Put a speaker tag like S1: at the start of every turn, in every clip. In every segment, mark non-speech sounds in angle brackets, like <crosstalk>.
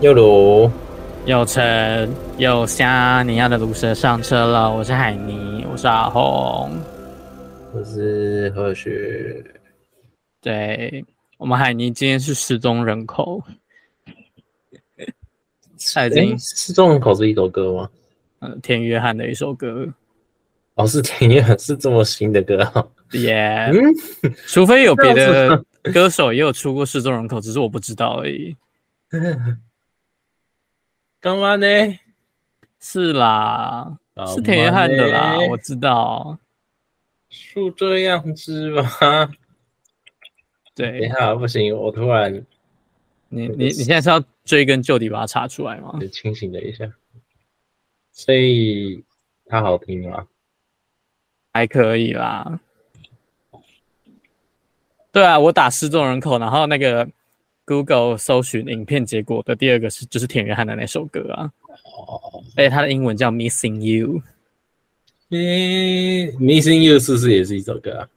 S1: 又如
S2: 有橙有虾，你要的毒蛇上车了。我是海尼，我是阿红。
S1: 我是何雪，
S2: 对我们海尼今天是失踪人口，他已经
S1: 诶是中文口是一首歌吗？
S2: 呃田约翰的一首歌，
S1: 哦，是田野，是这么新的歌、 <laughs> 哦。
S2: 耶、
S1: 嗯，
S2: 除非有别
S1: 这样
S2: 的歌手也有出过失踪人口，只是我不知道而已。
S1: 干嘛呢？
S2: 是啦，是田约翰的啦，我知道。
S1: 是这样子
S2: <laughs>
S1: 吗？等一
S2: 对
S1: 下，不行，我突然
S2: 你，你你现在是要追根究底把它查出来吗？
S1: 清醒了一下，所以它好听吗？
S2: 还可以啦。对啊，我打失踪人口，然后那个 Google 搜寻影片结果的第二个是就是田约翰的那首歌啊，
S1: 哦
S2: 而且它的英文叫 Missing You，
S1: ，Missing You 是不是也是一首歌啊？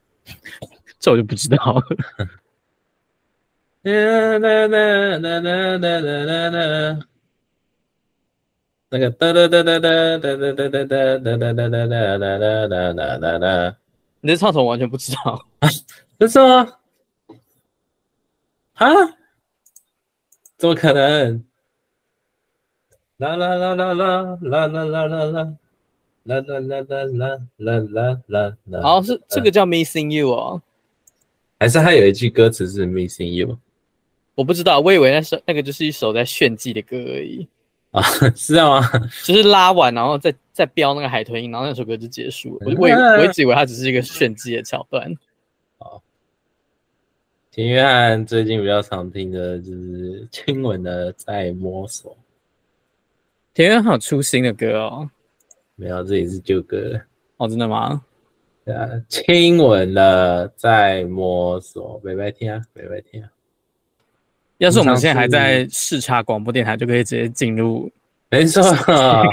S2: 这我就不知道了。
S1: 啦啦啦啦啦啦啦啦啦，那个哒哒哒哒哒哒哒哒哒哒哒哒哒哒哒哒哒哒哒哒，
S2: 你在唱什么完全不知道，
S1: 这是吗？啊？怎么可能？啦啦啦啦啦啦啦啦啦啦。啦啦啦啦啦啦啦啦啦！
S2: 好，像是这个叫 Missing You 哦，
S1: 还是他有一句歌词是 “missing you”
S2: 我不知道，我以为那首那个就是一首在炫技的歌而已，
S1: 啊？是这样吗？
S2: 就是拉完然后再再飙那个海豚音，然后那首歌就结束了。我我以为我一直以为它只是一个炫技的桥段。
S1: 田约翰最近比较常听的就是亲吻的《在摸索》，
S2: 田约翰有出新的歌哦，
S1: 没有，这也是旧歌。
S2: 哦，真的吗？
S1: 对啊，亲吻的《在摸索》，没白听啊，没白听啊。
S2: 要是我们现在还在视察广播电台，就可以直接进 <laughs> 入
S1: 没错，啊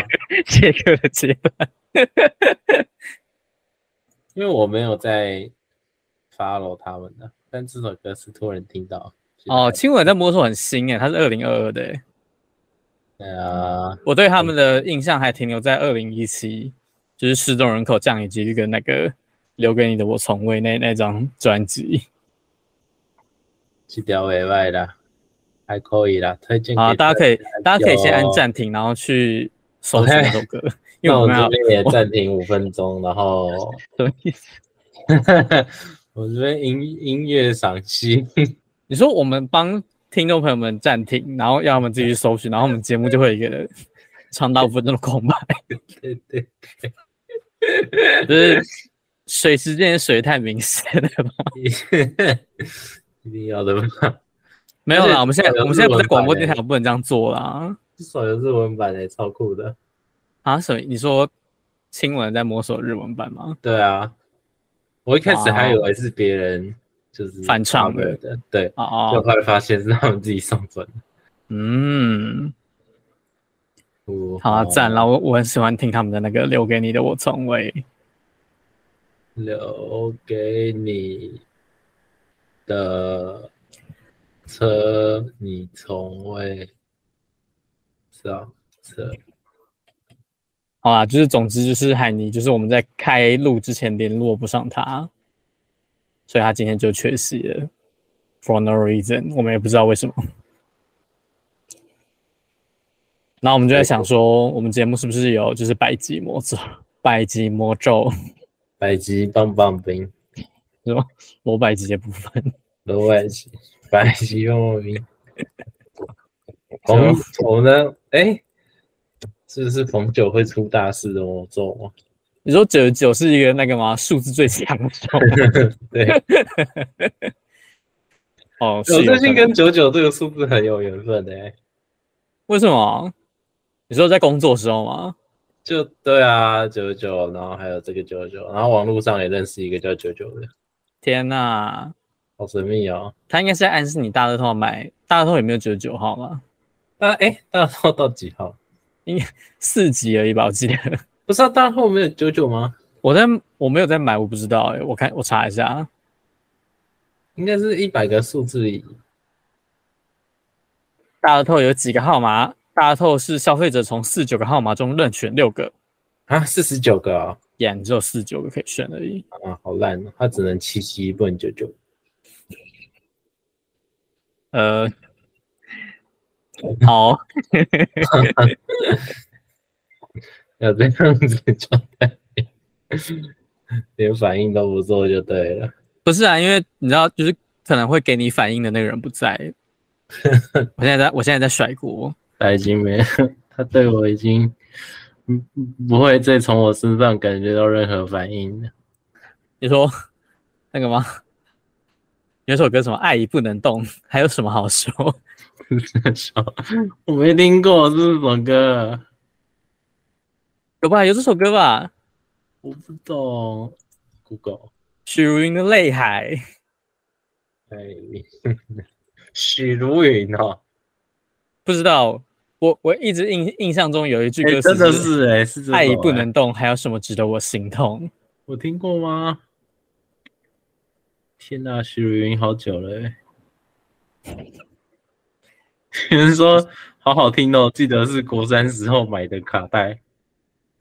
S2: 切割的阶段。
S1: 因为我没有在 follow 他们的，但这首歌是突然听到。
S2: 哦，亲吻在摸索很新诶，它是二零二二的耶，
S1: 对啊，
S2: 我对他们的印象还停留在二零一七，就是失踪人口降雨机跟那个留给你的我从未那那张专辑。
S1: 这条尾外的还可以啦，推荐给
S2: 好，大家可以大家可以先按
S1: 有
S2: 暂停，然后去搜寻
S1: OK
S2: 那首歌，因
S1: 那
S2: 为 <laughs> 我
S1: 我
S2: 们
S1: 这
S2: 要
S1: 边也暂停五分钟，然后
S2: <laughs> 什么意思？
S1: <laughs> 我这边音音乐赏析，
S2: 你说我们帮听众朋友们暂停，然后让他们自己去搜寻，然后我们节目就会有一个长达五分钟的空白。
S1: 对对，
S2: 就是水时间水得太明显了吧？
S1: 一定要的吧。
S2: 没有
S1: 而
S2: 啦，
S1: 且
S2: 我们现在
S1: 这个
S2: 我们现在不在
S1: 日文版
S2: 广播
S1: 欸
S2: 电台，我不能这样做啦。
S1: 这首有日文版的、欸超酷的。
S2: 啊，什么？你说亲吻在摸索日文版吗？
S1: 对啊，我一开始还以
S2: 哇哦
S1: 为是别人就是
S2: 翻唱的
S1: cover 的，对，
S2: 哦
S1: 就
S2: 哦，
S1: 后来发现是他们自己上传的。
S2: 嗯，
S1: 酷
S2: 好啊，赞啦！
S1: 了，
S2: 我我很喜欢听他们的那个留给你的，我从未。
S1: 留给你的车，你从未上车。
S2: 好啦，就是总之就是海尼，就是我们在开录之前联络不上他，所以他今天就缺席了，for no reason，我们也不知道为什么。然后我们就在想说，我们节目是不是有就是百集魔咒、百集魔咒、
S1: 百吉棒棒冰，
S2: 罗百集的部分？
S1: 罗百吉，百吉棒棒冰。我
S2: <laughs>
S1: 们我们的哎，这是逢九会出大事的魔咒吗？
S2: 你说九十九是一个那个吗？数字最强的时候吗
S1: 对，
S2: <laughs> 哦，
S1: <laughs>
S2: 是
S1: 我
S2: 有
S1: 最近
S2: 可能
S1: 跟九九这个数字很有缘分的、欸，
S2: 为什么？你说在工作的时候吗？
S1: 就对啊，九九，然后还有这个九九，然后网络上也认识一个叫九九的，
S2: 天哪，
S1: 好神秘哦。
S2: 他应该是在暗示你大乐透要买大乐透有没有九十九号吗？
S1: 那哎、大后到几号？
S2: 四级而已吧，我记得。 <laughs>
S1: 不是、啊、大后没有九九吗？
S2: 我在我没有在买，我不知道哎、我看我查一下，
S1: 应该是一百个数字里
S2: 大乐透有几个号码？大乐透是消费者从四九个号码中任选六个，
S1: 啊，四十九个啊、
S2: 呀，你只有四九个可以选而已。
S1: 啊，好烂哦，它只能七七，不能九九。
S2: 呃，好，
S1: 要这样子的状态，连反应都不做就对了。
S2: 不是啊，因为你知道，就是可能会给你反应的那个人不在。我现在在，我现在在甩锅。
S1: 他已经没，他对我已经嗯不会再从我身上感觉到任何反应了。 <laughs>
S2: 你说 <laughs> 那个吗？有一首歌什么“爱已不能动”，还有什么好说？
S1: 这首我没听过这首歌，啊
S2: 有吧？有这首歌吧？
S1: 我不懂。Google，
S2: 许茹芸的《泪海》。 <laughs>
S1: 哎， <laughs> 许茹芸哦，
S2: 不知道，我我一直印印象中有一句
S1: 哎、
S2: 歌词、
S1: 真的是哎、是这首
S2: 爱已不
S1: 哎
S2: 能动，还有什么值得我心痛？ <laughs>
S1: 我听过吗？天哪、许茹芸好久了、欸。 <laughs> 有人说好好听哦，记得是国三时候买的卡带。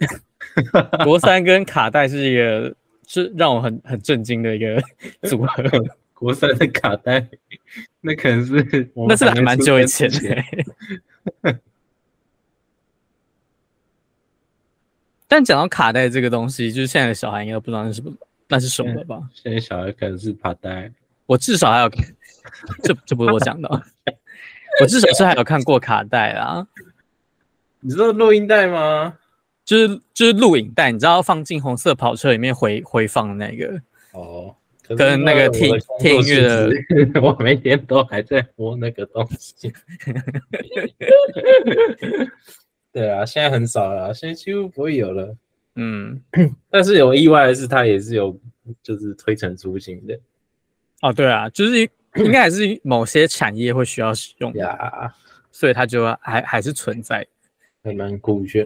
S1: <laughs>
S2: 国三跟卡带是一个是让我很很震惊的一个组合，
S1: 国三的卡带， <laughs> 那可能是 <laughs> 我们
S2: 那是还
S1: 还没
S2: 蛮
S1: 出
S2: 久以
S1: 生
S2: 前
S1: 之
S2: 的、 <laughs> 但讲到卡带这个东西，就是现在的小孩应该都不知道那是什么，那是什么了吧？
S1: <laughs> 现在小孩可能是卡带，
S2: 我至少还有，这这不是我讲的哦， <laughs> 我至少是还有看过卡带啦，
S1: 你知道录音带吗？
S2: 就是就是录影带，你知道放进红色跑车里面回回放的那个，
S1: 哦，可是
S2: 跟那个听
S1: 我工作
S2: 听音乐的
S1: 性 <laughs> 质，我每天都还在播那个东
S2: <laughs>
S1: 西。对啊，现在很少了，现在几乎不会有了。
S2: 嗯，
S1: 但是有意外的是，它也是有就是推陈出新的
S2: 哦对啊，就是应该还是某些产业会需要使用的，
S1: 呀，
S2: 所以它就还还是存在的，
S1: 还蛮酷炫。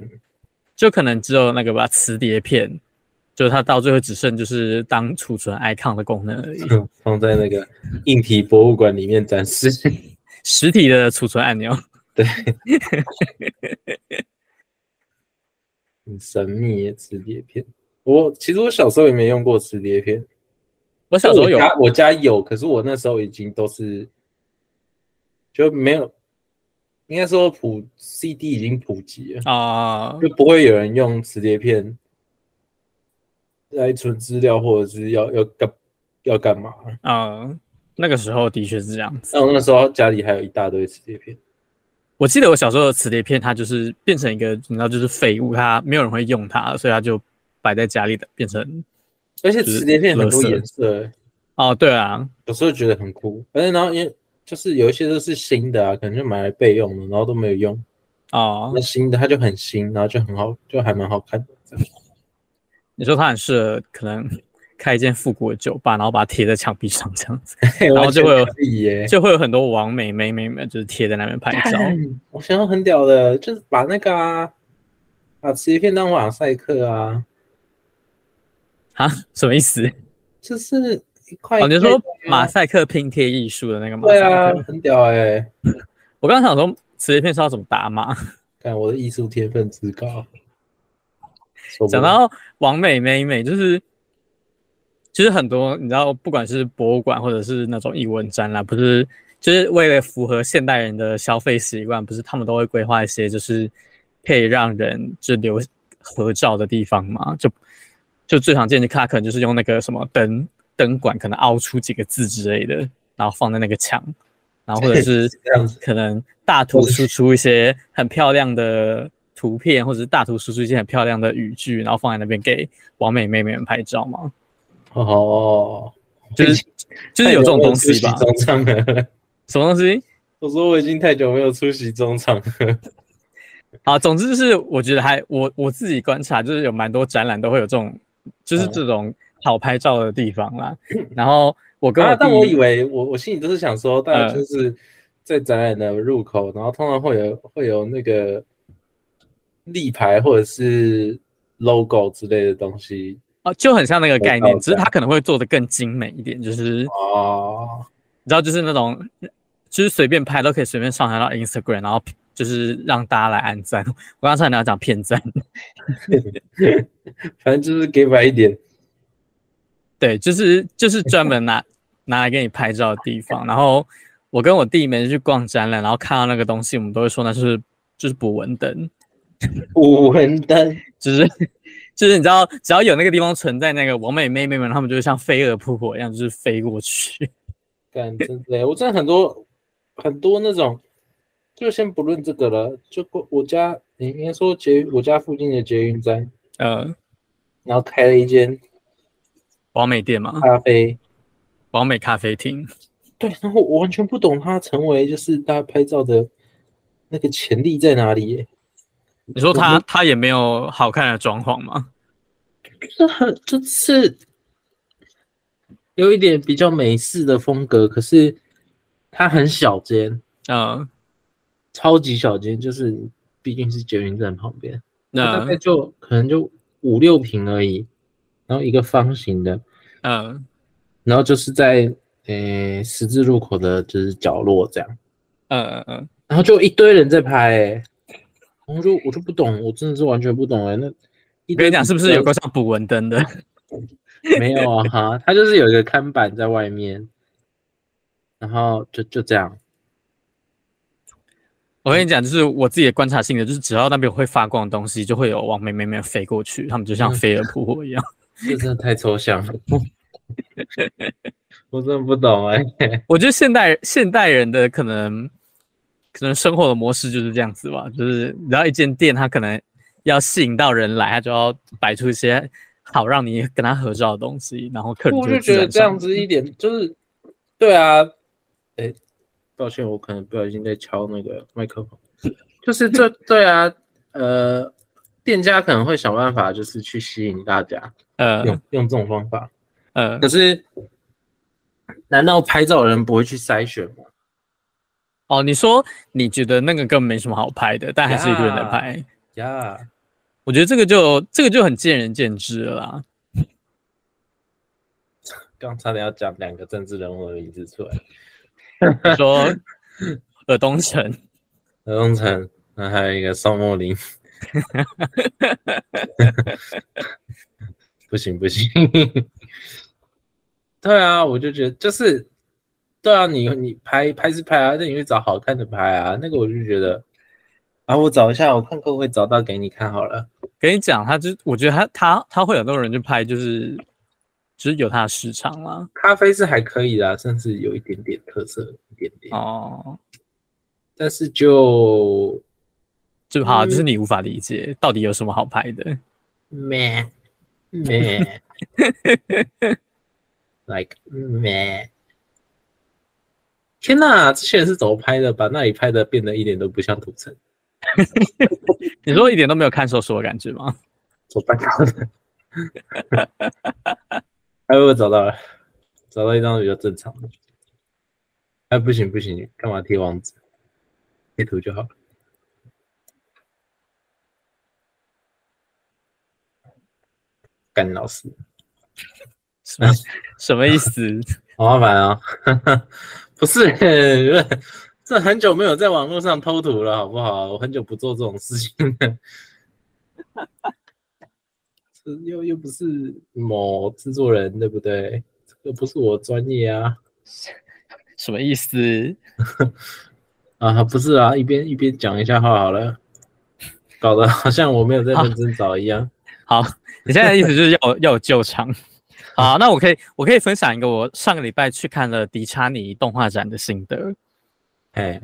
S2: 就可能只有那个吧磁碟片，就是它到最后只剩就是当储存 icon 的功能而已，
S1: <laughs> 放在那个硬体博物馆里面展示。
S2: 实体的储存按钮。
S1: 很神秘耶，磁碟片。我其实我小时候也没用过磁碟片，
S2: 我小时候
S1: 我
S2: 有
S1: 家我家有，可是我那时候已经都是就没有，应该说普 CD 已经普及了，
S2: 啊、
S1: 就不会有人用磁碟片来存资料，或者是要要干要干嘛。
S2: 嗯，那个时候的确是这样子。
S1: 然后那时候家里还有一大堆磁碟片，
S2: 我记得我小时候的磁碟片，它就是变成一个，你知道，就是废物，它没有人会用它，所以它就摆在家里的，变成
S1: 而且磁碟片很多
S2: 垃圾
S1: 颜色、欸，
S2: 哦，对啊，
S1: 有时候觉得很酷。但是然后因为就是有一些都是新的啊，可能就买来备用的，然后都没有用。
S2: 哦
S1: 那，新的它就很新，然后就很好，就还蛮好看的。这样
S2: 你说它很适合可能开一间复古的酒吧，然后把它贴在墙壁上这样子， <laughs> 然后
S1: <laughs>
S2: 就会有
S1: 完全可以耶，
S2: 就会有很多网美美美美，就是贴在那边拍
S1: <laughs>
S2: 照。
S1: 干嗯我想要很屌的，就是把那个啊，把磁碟片当马赛克啊，
S2: 啊，什么意思？
S1: 就是一块一块
S2: 哦，
S1: 的啊。
S2: 你是说马赛克拼贴艺术的那个马赛
S1: 对啊
S2: 克？，
S1: 很屌哎！
S2: 我刚刚想说磁碟片是要怎么打码？
S1: 看我的艺术天分之高。受不
S2: 讲
S1: 了
S2: 到王美美美，就是其实很多你知道，不管是博物馆或者是那种艺文展览，不是就是为了符合现代人的消费习惯，不是他们都会规划一些就是可以让人就留合照的地方嘛？就就最常见的，它可能就是用那个什么灯灯管，可能凹出几个字之类的，然后放在那个墙，然后或者是
S1: 这样子
S2: 可能大图输出一些很漂亮的图片， <laughs> 或者是大图输出一些很漂亮的语句，然后放在那边给完美妹妹们拍照嘛，
S1: 哦，
S2: 就是就是有这种东西吧
S1: 太？哎久没有出席中场了。 <laughs>
S2: 什么东西？
S1: 我说我已经太久没有出席中场了。
S2: 啊，总之就是我觉得还我我自己观察，就是有蛮多展览都会有这种，
S1: 哦
S2: 就是这种好拍照的地方啦。然后我跟我
S1: 啊，但我
S2: 弟嗯
S1: 以为我我心里都是想说，大家就是在展览的入口，然后通常会有会有那个立牌或者是 logo 之类的东西
S2: 啊，就很像那个概
S1: 我知
S2: 念，
S1: 道
S2: 只是它可能会做的更精美一点，就是
S1: 哦，
S2: 你知道，就是那种就是随便拍都可以随便上传到 Instagram，然后就是让大家来按赞。 <laughs> 我刚才你要讲骗赞，
S1: <laughs>
S2: <laughs>
S1: 反正就是给白一点。
S2: 对，就是就是专门拿拿来给你拍照的地方。然后我跟我弟每次去逛展览，然后看到那个东西，我们都会说那是就是捕蚊灯，
S1: 五文灯，
S2: 就是就是你知道，只要有那个地方存在那个王美妹妹们，她们就会像飞蛾扑火一样，就是飞过去。 <laughs>
S1: 干真的欸，我真的很多很多那种，就先不论这个了，就过我家，你应该说捷我家附近的捷运站，
S2: 呃，
S1: 然后开了一间
S2: 王美店嘛，
S1: 咖啡，
S2: 王美咖啡厅。
S1: 对，然后我完全不懂它成为就是大家拍照的那个潜力在哪里、欸，
S2: 你说它它也没有好看的装潢吗？
S1: 这很就是有一点比较美式的风格，可是它很小间，
S2: 嗯，
S1: 超级小间，就是毕竟是捷运站旁边。大
S2: 那
S1: 概就可能就五六平而已，然后一个方形的，
S2: 嗯
S1: 然后就是在呃十字路口的就是角落这样，
S2: 嗯嗯
S1: 然后就一堆人在拍、欸，然后就我就不懂，我真的是完全不懂哎、欸，那一
S2: 我跟
S1: 堆
S2: 你讲，是不是有个像捕蚊灯的？
S1: 没有啊？哈，它就是有一个看板在外面，然后就就这样，
S2: <laughs> 我跟你讲，就是我自己的观察性的，就是只要那边会发光的东西，就会有往美美美飞过去，他们就像
S1: 嗯
S2: 飞蛾扑火一样。 <laughs>
S1: 这真的太抽象了， <laughs> 我真的不懂哎、欸，
S2: 我觉得现代现代人的可能可能生活的模式就是这样子吧，就是只要一间店，它可能要吸引到人来，它就要摆出一些好让你跟他合照的东西，然后客人
S1: 我就
S2: 会
S1: 觉
S2: 自
S1: 得
S2: 然
S1: 这样
S2: 上
S1: 子一点就是，对啊，哎、抱歉，我可能不小心在敲那个麦克风，就是这对啊，呃，店家可能会想办法就是去吸引大家，
S2: 呃
S1: 用用这种方法，
S2: 呃
S1: 可是难道拍照的人不会去筛选吗？
S2: 哦，你说你觉得那个根本没什么好拍的，但还是一堆人在
S1: 呀
S2: 拍。
S1: 呀、
S2: 我觉得这个就这个就很见仁见智了啦。
S1: 刚差点要讲两个政治人物的名字出来，
S2: 你说尔东城，
S1: 何东城，那还有一个宋莫 <laughs> 林。不行不行， <laughs> 对啊，我就觉得就是，对啊，你你拍拍是拍啊，那你会找好看的拍啊，那个我就觉得，啊，我找一下，我看可不可以找到给你看好了。
S2: 跟你讲，他就我觉得他他他会有那种人去拍，就是就是有他的市场啦。
S1: 咖啡是还可以的啊、甚至有一点点特色，一点点，
S2: 哦，
S1: 但是就
S2: 就好，就是
S1: 嗯
S2: 你无法理解到底有什么好拍的。
S1: meh meh like meh。天呐，这些人是怎么拍的？把那里拍的变得一点都不像土城，
S2: 你说一点都没有看守所的感觉吗？
S1: 做蛋糕的。哎，我找到了，找到一张比较正常的。哎，不行不行，干嘛贴网址？贴图就好了。干老师。
S2: 什么什么意思？
S1: 好麻烦啊！ <laughs> 不是，这很久没有在网络上偷图了，好不好？我很久不做这种事情 <laughs> 了。这又又不是某制作人，对不对？这个不是我专业啊
S2: 什么意思？
S1: 啊，不是啊，一边一边讲一下话好了，搞得好像我没有在认真找一样。
S2: 好，你现在的意思就是要我要有救场。好，那我可以我可以分享一个我上个礼拜去看了迪查尼动画展的心得。
S1: 哎，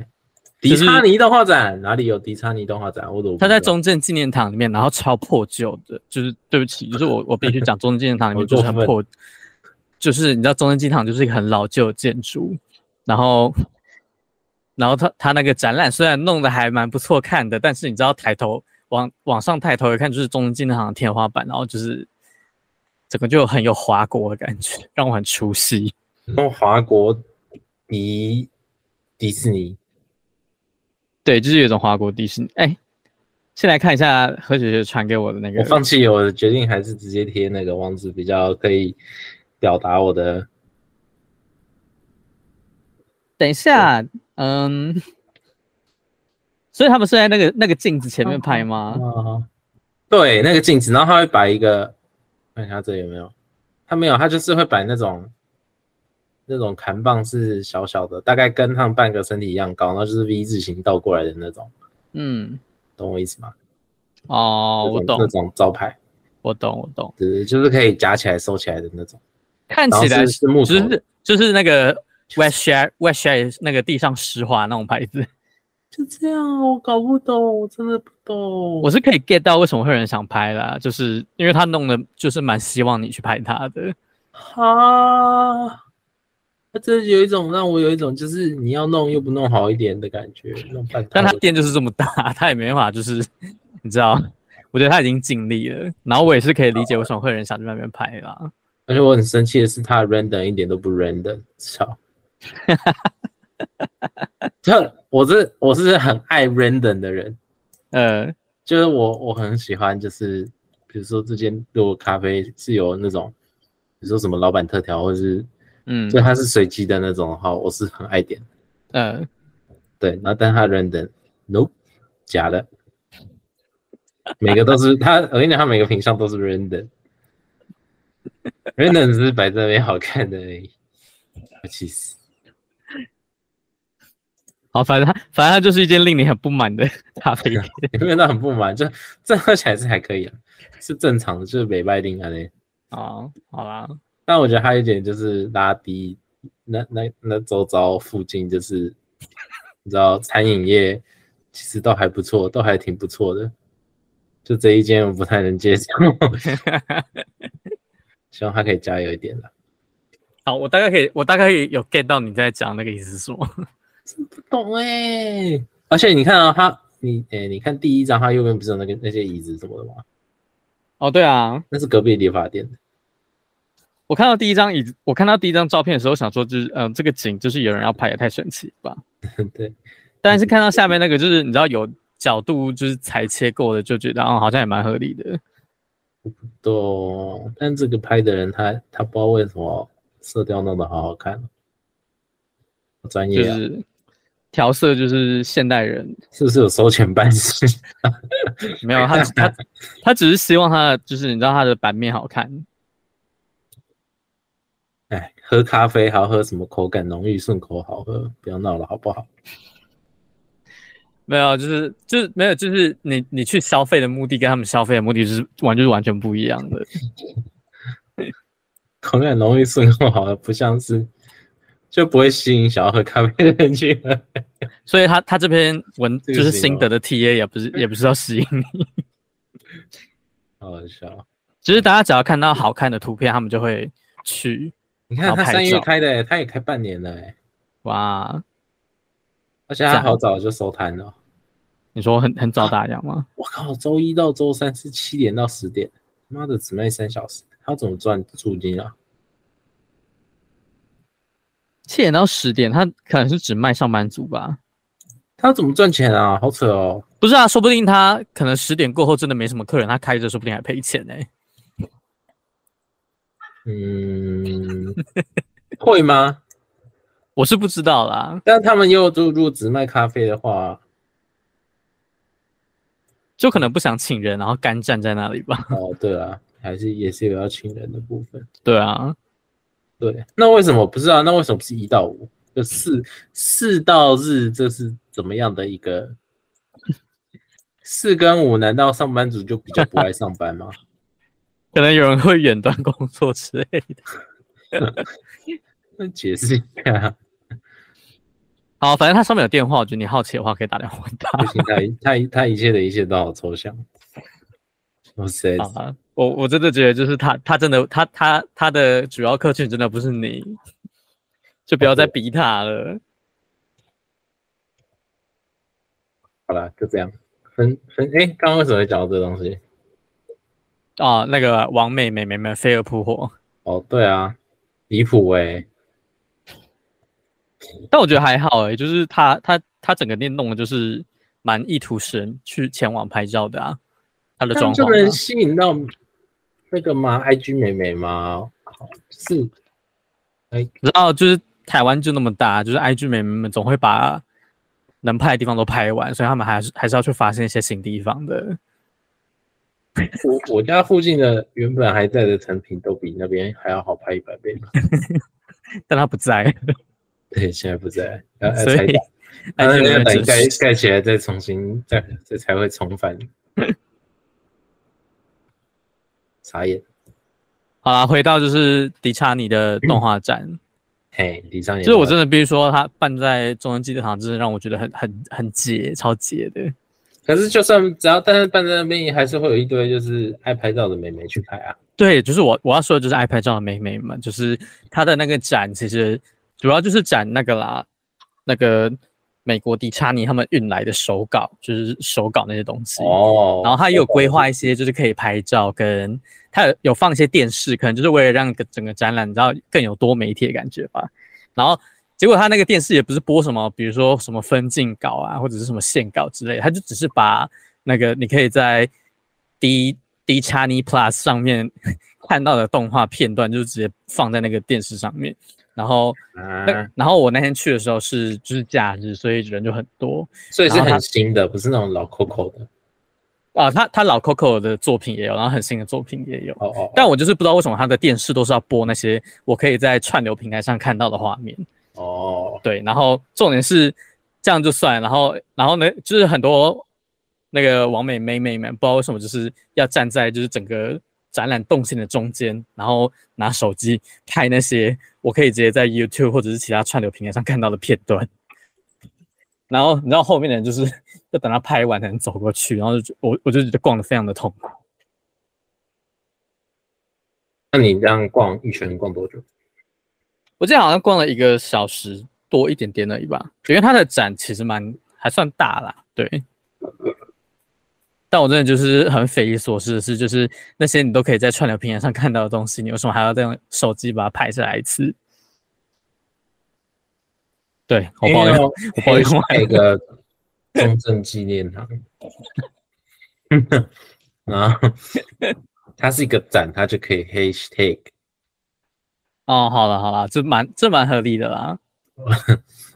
S2: 就
S1: 迪
S2: 是
S1: 查尼动画展哪里有迪查尼动画展？我怎么不
S2: 它在
S1: 知道
S2: 中正纪念堂里面，然后超破旧的，就是对不起，就是我我必须讲，中正纪念堂里面
S1: 好
S2: 就是
S1: 过
S2: 很
S1: 分
S2: 破，就是你知道中正纪念堂就是一个很老旧的建筑，然后然后它它那个展览虽然弄得还蛮不错看的，但是你知道抬头往往上抬头一看，就是中正纪念堂的天花板，然后就是整个就很有华国的感觉，让我很出戏。
S1: 中华国迪迪士尼。
S2: 对，就是有一种华国迪士尼。哎，先来看一下何雪雪传给我的那个，
S1: 我放弃了我的决定，还是直接贴那个网址比较可以表达我的。
S2: 等一下，嗯，所以他们是在那个那个镜子前面拍吗？
S1: 啊，对，那个镜子，然后他会摆一个，看一下这里有没有，他没有，他就是会摆那种那种砍棒是小小的，大概跟他们半个身体一样高，然后就是 V 字形倒过来的那种，
S2: 嗯，
S1: 懂我意思吗？
S2: 哦，我
S1: 那种那
S2: 懂，
S1: 种招牌，
S2: 我懂，我懂，
S1: 对，就是可以夹起来收起来的那种，
S2: 看
S1: 然后
S2: 起来
S1: 是是木头
S2: 就
S1: 的，
S2: 是就是那个 West Shire West Shire 那个地上湿滑那种牌子，
S1: 就这样，我搞不懂，我真的不懂。
S2: 我是可以 get 到为什么会有人想拍啦，就是因为他弄的就是蛮希望你去拍他的，
S1: 啊，他这有一种让我有一种就是你要弄又不弄好一点的感觉，弄半套
S2: 但他
S1: 的
S2: 店就是这么大， <laughs> 他也没办法，就是你知道，我觉得他已经尽力了，然后我也是可以理解为什么会有人想去那边拍啦。
S1: 而且我很生气的是，他 random 一点都不 random，操！
S2: <laughs>
S1: 这我是我是很爱 random 的人，
S2: 呃，
S1: 就是我我很喜欢，就是比如说这间如果咖啡是有那种，比如说什么老板特调，或是
S2: 嗯
S1: 就，它是随机的那种的话，我是很爱点。
S2: 呃，
S1: 对，然后但他 random，nope，假的，每个都是他，我跟你讲，他每个品相都是 random，random 只是摆在那边好看的而已，我气死。
S2: 好，反正他反正他就是一件令你很不满的咖啡店。
S1: 有没有到很不满？就这喝起来是还可以啊，是正常的，就是北拜丁啊嘞。
S2: 哦，好啦， <laughs>
S1: 但我觉得还有一点就是拉低那那那周遭附近，就是你知道餐饮业其实都还不错，都还挺不错的。就这一间我不太能接受，希望他可以加油一点啦。
S2: 好，我大概可以，我大概有 get 到你在讲那个意思是什么。
S1: 不懂哎、而且你看啊，他你哎、你看第一张他右边不是有那个那些椅子什么的吗？
S2: 哦，对啊，
S1: 那是隔壁理发店的。 <laughs>
S2: 我看到第一张椅子，我看到第一张照片的时候，想说就是，嗯、这个景就是有人要拍，也太神奇了吧。
S1: 对，
S2: 但是看到下面那个，就是你知道有角度，就是裁切过的，就觉得哦，好像也蛮合理的。
S1: 懂，但这个拍的人他他不知道为什么色调弄得好好看，好专
S2: 就
S1: 业啊，
S2: 是调色，就是现代人
S1: 是不是有收钱办事？ <laughs>
S2: 没有他他他只是希望他的就是你知道他的版面好看。
S1: 哎，喝咖啡还要喝什么口感浓郁、顺口、好喝？不要闹了好不好？
S2: 没有，就是就是没有，就是你你去消费的目的跟他们消费的目的就是完就是完全不一样的。
S1: 口感浓郁、顺口、好喝，不像是就不会吸引想要喝咖啡的人去喝。
S2: 所以他他这篇文
S1: 这
S2: 就
S1: 个
S2: 是
S1: 行
S2: 心
S1: 吗
S2: 得的 T A 也不是也不是要吸引你，
S1: 好好笑，
S2: 只是大家只要看到好看的图片，他们就会去。
S1: 你
S2: 然
S1: 看
S2: 后
S1: 他
S2: 拍
S1: 三月
S2: 照
S1: 开的、他也开半年了、哎，
S2: 哇，
S1: 而且他
S2: 赞
S1: 好早就收摊了。
S2: 你说很很早打烊吗？
S1: 我靠，周一到周三是七点到十点，妈的只卖三小时，他怎么赚租金啊？
S2: 七点到十点，他可能是只卖上班族吧？
S1: 他怎么赚钱啊？好扯哦！
S2: 不是啊，说不定他可能十点过后真的没什么客人，他开着说不定还赔钱呢、
S1: 嗯，会吗？
S2: 我是不知道啦，
S1: 但他们又就如果只卖咖啡的话，
S2: 就可能不想请人，然后干站在那里吧。
S1: 哦，对啊，还是也是有要请人的部分。
S2: 对啊，
S1: 对，那为什么不是啊？那为什么不是一到五？就四四到日，这是怎么样的一个？四跟五，难道上班族就比较不爱上班吗？
S2: 可能有人会远端工作之类的。
S1: 那解释一下。
S2: 好，反正他上面有电话，我觉得你好奇的话可以打电话问
S1: 不
S2: 他。
S1: 行，他一他一他一切的一切都好抽象。哇塞，
S2: 好吧， <laughs> 我我真的觉得就是他，他真的他他他的主要客群真的不是你，就不要再逼他了。
S1: 好了，就这样。分分哎，刚刚为什么会讲到这个东西？
S2: 啊，那个王美美美美飞蛾扑火，
S1: 哦，对啊，离谱哎，
S2: 但我觉得还好哎、就是他他他整个店弄的就是蛮意图使人去前往拍照的啊，他的
S1: 这
S2: 装
S1: 样就
S2: 潢
S1: 能
S2: 啊、
S1: 吸引到那个吗？IG 美眉吗？好就是哎
S2: 然后就是台湾就那么大，就是 IG 美眉们总会把能拍的地方都拍完，所以他们还是还是要去发现一些新地方的。
S1: 我我家附近的原本还在的成品都比那边还要好拍一百倍
S2: <laughs>
S1: 吧。
S2: 但他不在，
S1: 对，现在不
S2: <laughs>
S1: 在，呃，呃
S2: 所
S1: 才
S2: 以
S1: 改然后
S2: 安
S1: 那
S2: 全
S1: 个
S2: 员
S1: 等
S2: 只
S1: 盖
S2: 是
S1: 盖起来再重新再再才会重
S2: <laughs>
S1: 返。傻眼，
S2: 好啦，回到就是迪查尼
S1: <clears throat>
S2: 的动画展，
S1: 嘿，李尚也
S2: 就是我真的必须说，他办在中央纪念堂，真的让我觉得很很很解，超解的。
S1: 可是就算只要但是办在那边，还是会有一堆就是爱拍照的美眉去拍啊。
S2: 对，就是我我要说的就是爱拍照的妹妹们，就是她的那个展，其实主要就是展那个啦，那个美国迪查尼他们运来的手稿，就是手稿那些东西。
S1: 哦，
S2: 然后他也有规划一些，就是可以拍照，跟他有有放一些电视，可能就是为了让个整个展览，你知道更有多媒体的感觉吧。然后结果他那个电视也不是播什么，比如说什么分镜稿啊，或者是什么线稿之类的，他就只是把那个你可以在 D D Channel Plus 上面 <laughs> 看到的动画片段，就直接放在那个电视上面，然后。
S1: 啊
S2: 那，然后我那天去的时候是就是假日，所以人就很多。
S1: 所以是
S2: 然后他
S1: 很新的，不是那种老 Coco 的。
S2: 啊，他他老 Coco 的作品也有，然后很新的作品也有。
S1: 哦哦，
S2: 但我就是不知道为什么他的电视都是要播那些我可以在串流平台上看到的画面。
S1: 哦，
S2: 对，然后重点是这样就算，然后然后呢，就是很多那个王美妹妹们，不知道为什么就是要站在就是整个展览动线的中间，然后拿手机拍那些我可以直接在 YouTube 或者是其他串流平台上看到的片段。然后你知道后面的人就是 <laughs> 要等他拍完才能走过去，然后就觉我我就觉得逛的非常的痛苦。
S1: 那你这样逛一圈逛多久？
S2: 我记得好像逛了一个小时多一点点而已吧，因为它的展其实蛮还算大啦，对。但我真的就是很匪夷所思的是，就是那些你都可以在串流平台上看到的东西，你为什么还要再用手机把它拍下来一次？对，我抱怨，
S1: 我
S2: 抱怨
S1: 那个中正纪念堂， <laughs> 然后它是一个展，它就可以 hashtag
S2: 哦，好了好了，这蛮这蛮合理的啦。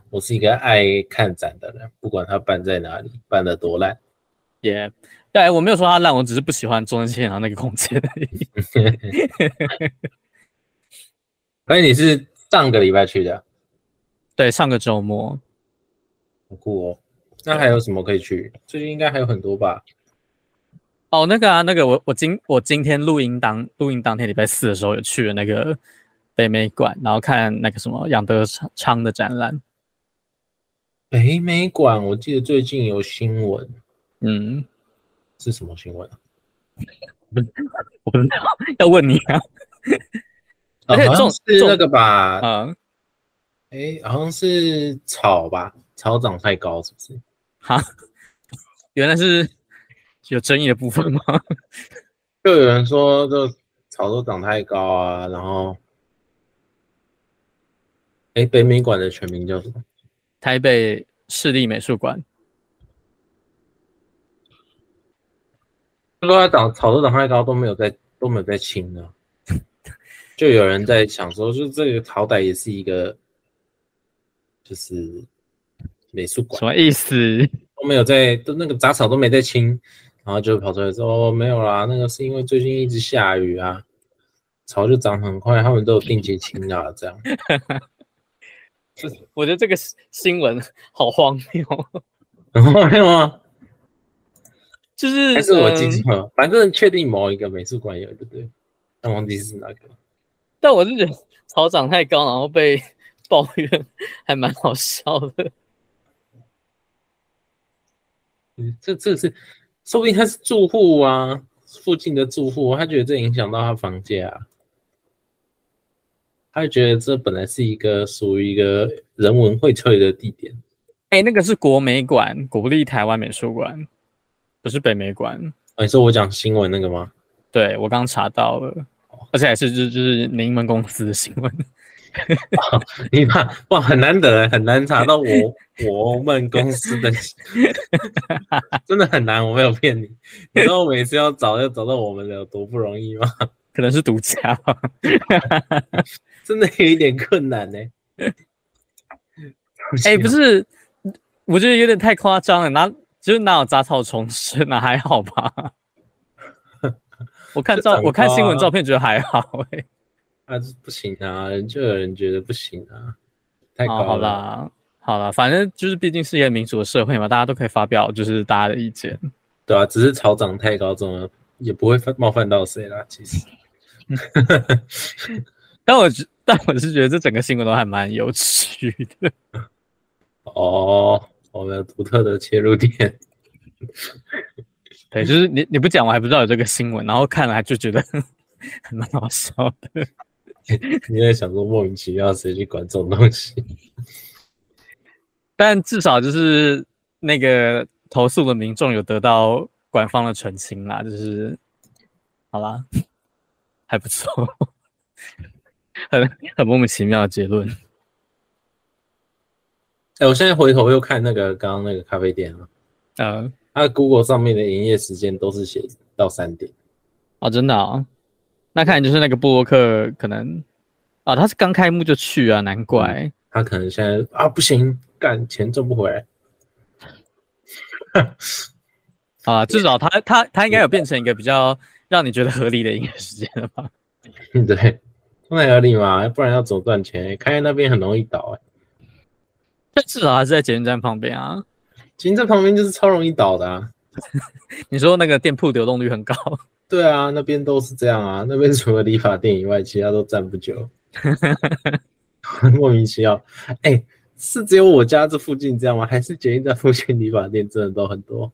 S1: 我是一个爱看展的人，不管它办在哪里，办的多烂。
S2: 也、对，我没有说它烂，我只是不喜欢中间啊然后那个空间而已。
S1: 所以你是上个礼拜去的，
S2: 对，上个周末，
S1: 很酷哦。那还有什么可以去？最近应该还有很多吧？
S2: 哦，那个啊，那个我我今我今天录音当录音当天礼拜四的时候有去了那个北美馆，然后看那个什么杨德昌昌的展览，
S1: 北美馆，我记得最近有新闻，
S2: 嗯，
S1: 是什么新闻啊？
S2: 我不知道要问你啊，而且
S1: 啊好像
S2: 重
S1: 是
S2: 重
S1: 那个吧？
S2: 嗯，
S1: 哎，好像是草吧？草长太高是不是？
S2: 好，原来是有争议的部分吗？
S1: 就有人说，这草都长太高啊，然后，哎，北美馆的全名叫什么？
S2: 台北市立美术馆，
S1: 就说它长草都长太高，都没有在都没有在清呢。就有人在想说，就这个好歹也是一个，就是美术馆
S2: 什，么意思？
S1: 都没有在都那个杂草都没在清，然后就跑出来说哦没有啦，那个是因为最近一直下雨啊，草就长很快，他们都有定期清啊，这样。 <laughs>
S2: 我觉得这个新新闻好荒谬，
S1: 然后没有啊，
S2: 就是
S1: 但是我记
S2: 嗯
S1: 错了，反正确定某一个美术馆有，对不对？但忘记是哪个了。
S2: 但我是觉得草长太高，然后被抱怨，还蛮好笑的。
S1: 嗯这这是，说不定他是住户啊，附近的住户，他觉得这影响到他房价、啊，他就觉得这本来是一个属于一个人文荟萃的地点。
S2: 哎、那个是国美馆，国立台湾美术馆，不是北美馆。
S1: 啊、你说我讲新闻那个吗？ <laughs>
S2: 对我刚查到了，而且还是就是就是柠檬公司的新闻。
S1: 你把哇，很难得，很难查到我 <laughs> 我们公司的， <laughs> 真的很难，我没有骗你。你知道我每次要找要找到我们的有多不容易吗？
S2: 可能是独家吧， <laughs>
S1: 真的有一点困难呢、
S2: 哎哎、不是，我觉得有点太夸张了，哪就是哪有杂草丛生啊？还好吧。
S1: <laughs>
S2: 我看
S1: 这
S2: 照
S1: 长，
S2: 我看新闻
S1: 高啊
S2: 照片觉得还好哎、
S1: 啊，这不行啊，就有人觉得不行啊，太
S2: 好哦好
S1: 高了。
S2: 啦，好啦，反正就是毕竟是一个民主的社会嘛，大家都可以发表就是大家的意见。
S1: 对啊，只是草长太高，怎么也不会犯冒犯到谁啦。其实，
S2: 但我觉，但我是觉得这整个新闻都还蛮有趣的。
S1: 哦，我们有独特的切入点， <laughs>
S2: 对，就是你你不讲我还不知道有这个新闻，然后看了还就觉得 <laughs> 还蛮好笑的。
S1: 你在想说莫名其妙谁去管这种东西？ <laughs>
S2: 但至少就是那个投诉的民众有得到官方的澄清啦，就是好啦， <laughs> 还不错，很很莫名其妙的结论。
S1: 哎、我现在回头又看那个刚刚那个咖啡店啊，
S2: 呃，
S1: 它 Google 上面的营业时间都是写到三点。
S2: 哦，真的哦，那看来就是那个布洛克可能啊、他是刚开幕就去啊，难怪。
S1: 他可能现在啊不行，干钱赚不回来。
S2: 啊，至少他他他应该有变成一个比较让你觉得合理的营业时间了吧？
S1: <laughs> 对，那合理嘛，不然要怎么赚钱？开在那边很容易倒、欸，
S2: 但至少还是在捷运站旁边啊。
S1: 行政旁边就是超容易倒的啊。
S2: 你说那个店铺流动率很高， <laughs>
S1: 对啊，那边都是这样啊，那边除了理发店以外，其他都站不久， <laughs> 莫名其妙。哎、是只有我家这附近这样吗？还是捷运站附近理发店真的都很多？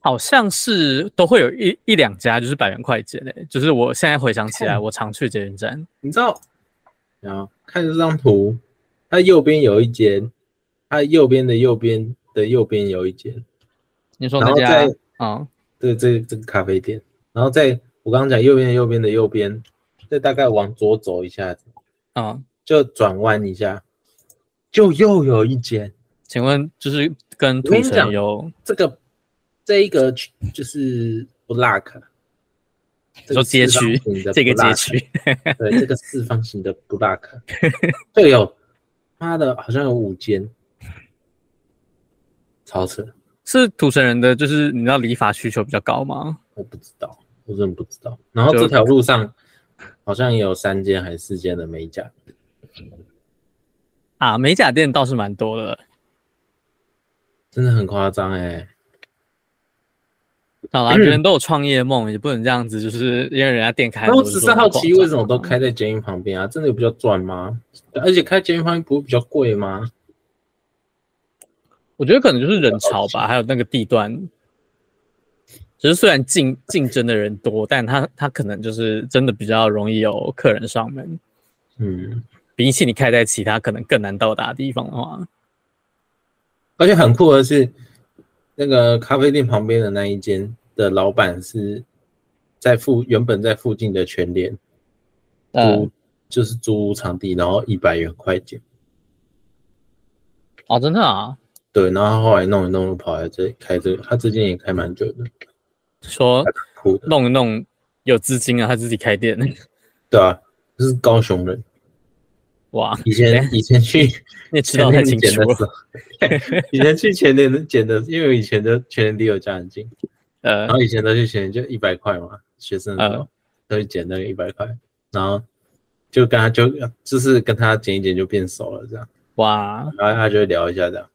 S2: 好像是都会有一一两家就是百元快捷的、就是我现在回想起来，
S1: 嗯
S2: 我常去捷运站。
S1: 你知道，然后看这张图，它右边有一间，它右边的右边的右边有一间，
S2: 你说
S1: 然
S2: 那
S1: 后
S2: 家
S1: 在
S2: 啊、
S1: 对，这这个咖啡店，然后在我刚刚讲右边的右边的右边，再大概往左走一下，
S2: 嗯嗯，
S1: 就转弯一下，就又有一间。
S2: 请问就是跟
S1: 我跟
S2: 土
S1: 你
S2: 城
S1: 讲
S2: 有
S1: 这个这一个区就是不 luck，
S2: 你说街区这个街，区
S1: Black，对，这个四方形的 black，这个有妈的好像有五间，超扯，
S2: <laughs> 是土城人的，就是你知道理发需求比较高吗？
S1: 我不知道，我真的不知道。然后
S2: 就
S1: 这条路上好像也有三间还是四间的美甲。
S2: 啊，美甲店倒是蛮多的，
S1: 真的很夸张哎，嗯
S2: 好啦，人都有创业梦，也不能这样子，就是因为人家店开
S1: 那
S2: 很多
S1: 我
S2: 就
S1: 只
S2: 哎说
S1: 是
S2: 很
S1: 好
S2: 夸
S1: 奇，
S2: 张啊
S1: 为什么都开在捷运旁边啊？真的有比较赚吗？而且开捷运旁边不会比较贵吗？
S2: 我觉得可能就是人潮吧，还有那个地段。只是虽然竞竞争的人多，但他他可能就是真的比较容易有客人上门，
S1: 嗯，
S2: 比起你开在其他可能更难到达的地方的话，
S1: 而且很酷的是，那个咖啡店旁边的那一间的老板是在附原本在附近的全联
S2: 嗯
S1: 租，就是租场地，然后一百元快捷。
S2: 哦，真的啊，
S1: 对，然后后来弄一弄，又跑来这里开这个，他之前也开蛮久的，
S2: 说
S1: 还蛮酷的，
S2: 弄一弄有资金啊，他自己开店，
S1: 对啊，就是高雄人，
S2: 哇，
S1: 以
S2: <laughs>
S1: 前以前去
S2: 你也知
S1: 前
S2: 道太
S1: 年
S2: 清
S1: 剪
S2: 楚
S1: 的
S2: 了，
S1: 时候，
S2: <laughs>
S1: 以前去前年剪的，因为我以前的全年离我家很近，
S2: 呃
S1: 然，后以前都去前年就一百块嘛，学生的时候
S2: 嗯
S1: 都会剪那个一百块，然后就跟他就就是跟他剪一剪就变熟了这样，
S2: 哇，
S1: 然后他就会聊一下这样，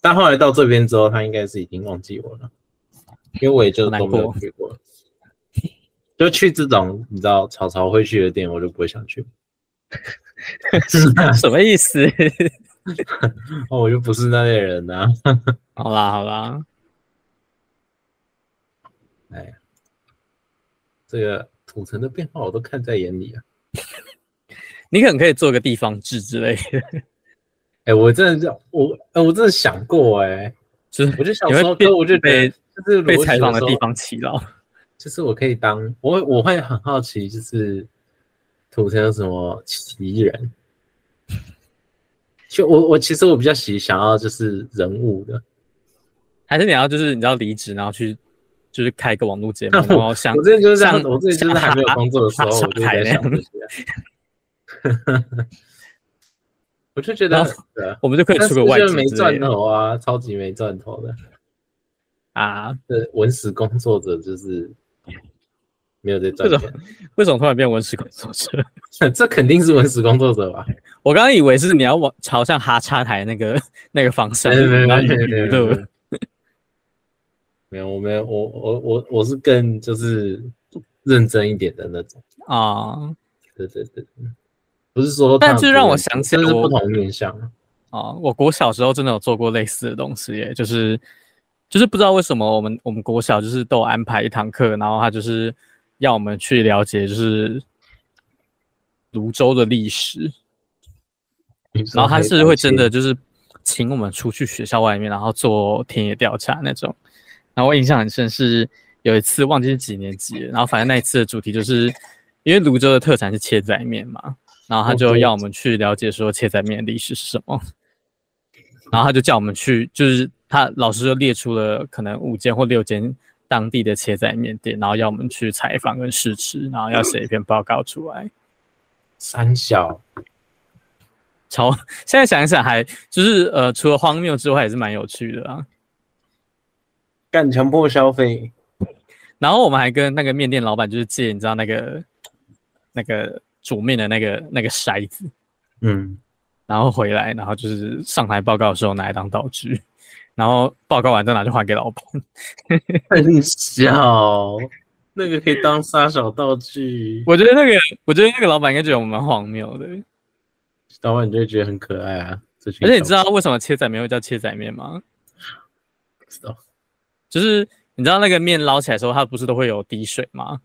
S1: 但后来到这边之后，他应该是已经忘记我了，因为我也就
S2: 好难
S1: 都没有
S2: 过
S1: 去过，就去这种你知道草草会去的店，我就不会想
S2: <laughs>
S1: 去。
S2: 什么意思？ <laughs>
S1: 哦，我就不是那类人啊呐、
S2: 好啦好啦，
S1: 这个土城的变化我都看在眼里啊。
S2: 你可能可以做个地方志之类的，
S1: 哎、我真的这我哎、我真的想过哎、
S2: 就是
S1: 我就小
S2: 你会
S1: 时候，
S2: 被
S1: 可我就觉
S2: 被
S1: 得就是
S2: 被
S1: 逻辑
S2: 采访的
S1: 时候
S2: 地，方祈祷。
S1: 就是我可以当我会我会很好奇，就是土城有什么奇人。就我我其实我比较喜想要就是人物的，
S2: 还是你要就是你知道离职，然后去就是开个网络节目，
S1: 那
S2: 然后像
S1: <laughs> 我之前就是这样，
S2: 像
S1: 我之前就是还没有工作的时候，
S2: 像
S1: 我就在想这些。 <laughs> 我就觉得
S2: 然
S1: 很扯，啊
S2: 我们就可以
S1: 但
S2: 出
S1: 是
S2: 个外
S1: 就
S2: 景
S1: 没
S2: 之类
S1: 赚
S2: 的
S1: 头啊，超级没赚头的。
S2: 啊。
S1: 这文史工作者就是没有在赚
S2: 这种
S1: 钱，
S2: 为什么突然变文史工作者？
S1: <laughs> 这肯定是文史工作者
S2: <laughs>
S1: 吧？
S2: 我刚刚以为是你要往朝向哈叉台那个那个方向，
S1: 没有没有
S2: 然后你
S1: 没有没
S2: 你
S1: 有
S2: 对不
S1: 没有，没有我没有我我我我是更就是认真一点的那种，
S2: 啊
S1: 对对对，对不是说他
S2: 但
S1: 们不认真，
S2: 这让我想起
S1: 但是
S2: 我
S1: 不同面向，
S2: 啊！我国小时候真的有做过类似的东西耶，就是就是不知道为什么我们我们国小就是都有安排一堂课，然后他就是要我们去了解就是泸州的历史，然后他是会真的就是请我们出去学校外面，然后做田野调查那种。然后我印象很深是有一次忘记是几年级了，然后反正那一次的主题就是因为泸州的特产是切仔面嘛，然后他就要我们去了解说切仔面的历史是什么，然后他就叫我们去，就是他老师就列出了可能五间或六间。当地的切仔面店，然后要我们去采访跟试吃，然后要写一篇报告出来。
S1: 三小，
S2: 超，现在想一想还就是呃，除了荒谬之外，也是蛮有趣的啊。
S1: 干强迫消费，
S2: 然后我们还跟那个面店老板就是借，你知道那个那个煮面的那个那个筛子，
S1: 嗯，
S2: 然后回来，然后就是上台报告的时候拿来当道具，然后报告完再拿去还给老板。
S1: 很小，那个可以当杀手道具，
S2: 我觉得那个，我觉得那个老板应该觉得我们蛮荒谬的。
S1: 当晚你就会觉得很可爱啊，而
S2: 而且你知道为什么切仔面会叫切仔面吗？
S1: 知道，
S2: 就是你知道那个面捞起来的时候，它不是都会有滴水吗？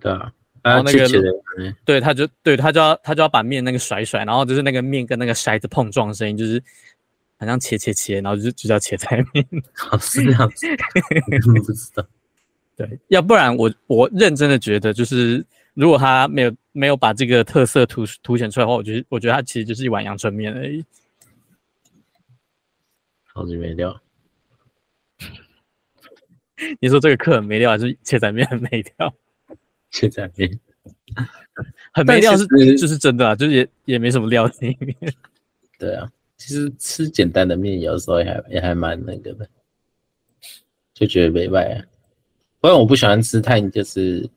S1: 对啊，
S2: 然后
S1: 啊
S2: 那
S1: 切
S2: 个
S1: 切的
S2: 对，他就对他就要他就要把面那个甩一甩，然后就是那个面跟那个筛子碰撞的声音，就是好像切切切，然后就就叫切菜面。 <laughs>
S1: 好是这样子， <laughs> 我根本不知道。
S2: 对，要不然我我认真的觉得，就是如果他没有没有把这个特色凸凸显出来的话，我觉得我觉得他其实就是一碗阳春面而已。
S1: 好久没聊，
S2: 你说这个课很没料，还是切仔面很没料？
S1: 现在没。
S2: 很没料是
S1: 但其实
S2: 就是真的啊，就是也也没什么料在里面。
S1: 对啊，其实吃简单的面有时候也还也还蛮那个的，就觉得没败啊。不然我不喜欢吃太，就是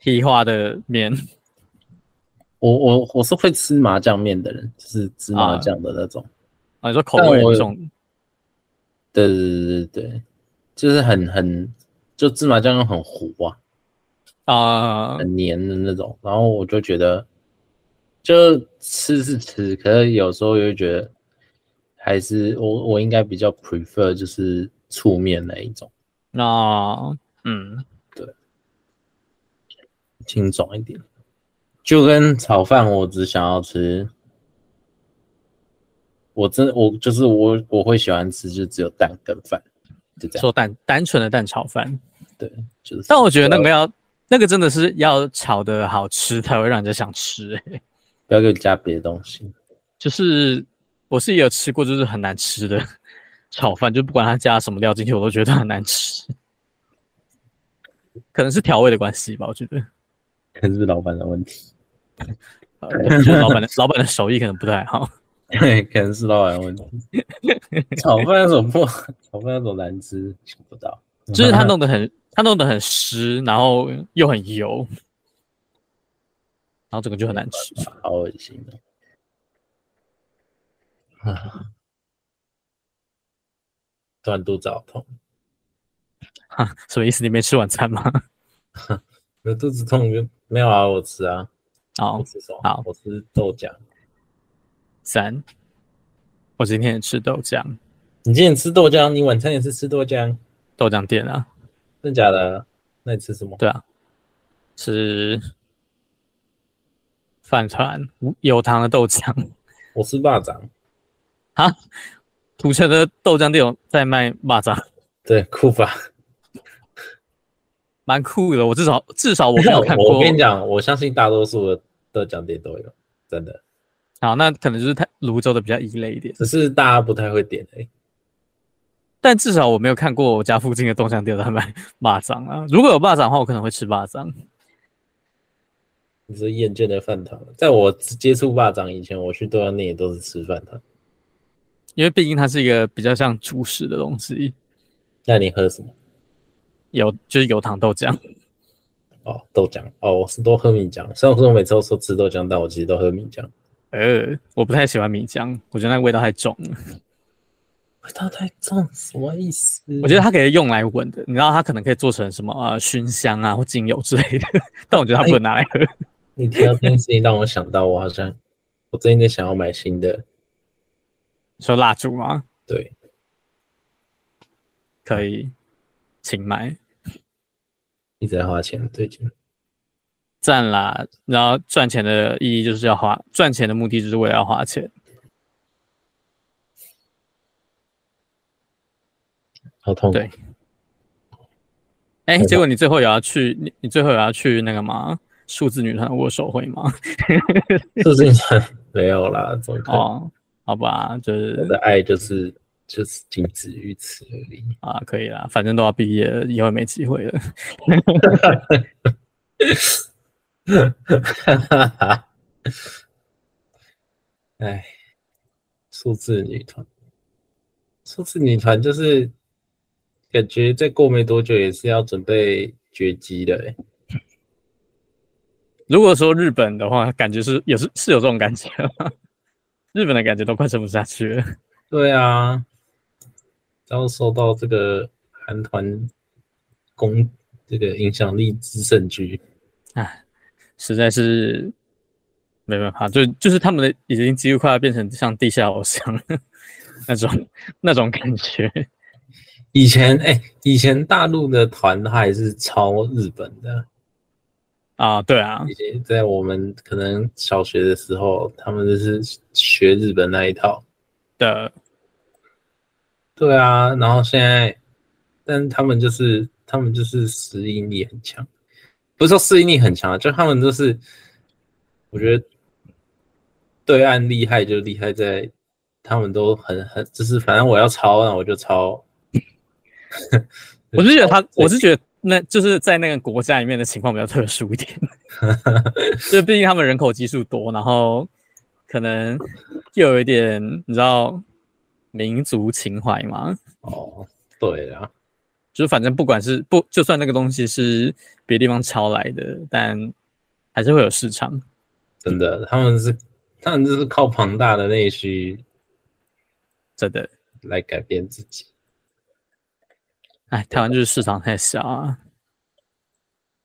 S2: 黑化的面
S1: 我我我是会吃麻酱面的人，就是芝麻酱的那种。
S2: 啊，你说口
S1: 但
S2: 味
S1: 我
S2: 很重
S1: 对对对对对，就是很很就芝麻酱又很糊啊，
S2: 啊、
S1: 很黏的那种。然后我就觉得，就吃是吃，可是有时候又会觉得，还是我我应该比较 prefer 就是醋面那一种，
S2: 那、嗯，
S1: 清爽一点。就跟炒饭，我只想要吃，我真我就是我我会喜欢吃就只有蛋跟饭，就这样。
S2: 说蛋单纯的蛋炒饭。
S1: 对，就是。
S2: 但我觉得那个要那个真的是要炒的好吃才会让人家想吃、欸。
S1: 不要给我加别的东西。
S2: 就是我是也有吃过，就是很难吃的 <laughs> 炒饭，就不管它加什么料进去，我都觉得很难吃。可能是调味的关系吧，我觉得，
S1: 可能是老板的问题，
S2: 呃我觉得老板的老板的手艺可能不太好。
S1: 对， <laughs> 可能是老板的问题。炒饭有什么不好？炒饭有什么难吃？想不到，
S2: 就是它弄得很，它弄得很湿，然后又很油，然后整个就很难吃。 <laughs>
S1: 好恶心哦。啊突然肚子好痛，
S2: 哈，什么意思？你没吃晚餐吗？ <laughs>
S1: 那肚子痛就没有啊，我吃啊，我
S2: 好，
S1: 吃什么？
S2: 好
S1: 我吃豆浆。
S2: 三，我今天也吃豆浆，
S1: 你今天吃豆浆，你晚餐也是吃豆浆，
S2: 豆浆店啊。
S1: 真假的？那你吃什么？
S2: 对啊，吃饭团无有糖的豆浆。 <laughs>
S1: 我吃霸掌，
S2: 土城的豆浆店有在卖蚂蚱，
S1: 对，酷吧？
S2: 蛮酷的。我至少至少我没有看过。
S1: 我跟你讲，我相信大多数的豆浆店都有，真的，
S2: 好，那可能就是太泸州的比较异类一点，
S1: 只是大家不太会点而已。
S2: 但至少我没有看过我家附近的豆浆店有在卖蚂蚱啊。如果有蚂蚱的话，我可能会吃蚂蚱。
S1: 你是厌倦的饭堂。在我接触霸掌以前，我去豆浆店也都是吃饭堂。
S2: 因为毕竟它是一个比较像主食的东西，
S1: 那你喝什么？
S2: 有就是有糖豆浆，
S1: 哦，豆浆。哦，我是都喝米浆。虽然说我每次都说吃豆浆，但我其实都喝米浆。
S2: 呃，我不太喜欢米浆，我觉得那个味道太重了。
S1: 味道太重，什么意思？
S2: 我觉得它可以用来闻的，你知道它可能可以做成什么呃熏香啊或精油之类的， <laughs> 但我觉得它不能拿来喝。
S1: 你提到这件事情，让我想到我好像，我最近在想要买新的，
S2: 说蜡烛吗？
S1: 对，
S2: 可
S1: 哎
S2: 以，请买，
S1: 一直在花钱，最近。
S2: 赞啦！然后赚钱的意义就是要花，赚钱的目的就是为了要花钱。
S1: 好痛苦
S2: 对。哎、
S1: 哦对吧
S2: 结果你最后也要去，你你最后也要去那个吗？数字女团握手会吗？
S1: 最近才 <laughs> 没有啦，怎么可能？
S2: 哦，好吧，就
S1: 我
S2: 是
S1: 哎的爱就是就是仅止于此而已。
S2: 啊，可以啦，反正都要毕业了，以后也没机会了。
S1: 哈哈哈， <laughs> 哎，数字女团，数字女团就是感觉再过没多久也是要准备绝迹的、欸，
S2: 如果说日本的话，感觉是也是是有这种感觉吗 <laughs> 日本的感觉都快撑不下去了。
S1: 对啊，遭受到这个韩团攻这个影响力之盛举，
S2: 实在是没办法，就就是他们的已经几乎快要变成像地下偶像了 <laughs> 那种那种感觉。
S1: 以前哎、以前大陆的团它还是抄日本的，
S2: 啊，对啊，
S1: 以前在我们可能小学的时候，他们就是学日本那一套。
S2: 的
S1: 对啊，然后现在，但他们就是他们就是适应力很强，不是说适应力很强啊，就他们就是，我觉得对岸厉害就厉害在，他们都很很就是反正我要抄，那我就抄。
S2: 我是觉得他，我是觉得那就是在那个国家里面的情况比较特殊一点， <laughs> 就毕竟他们人口基数多，然后可能又有一点你知道民族情怀嘛，
S1: 哦，对啊，
S2: 就是反正不管是不，就算那个东西是别地方抄来的，但还是会有市场。
S1: 真的，他们是他们就是靠庞大的内需
S2: 真的，
S1: 来改变自己。
S2: 哎，台湾就是市场太小啊。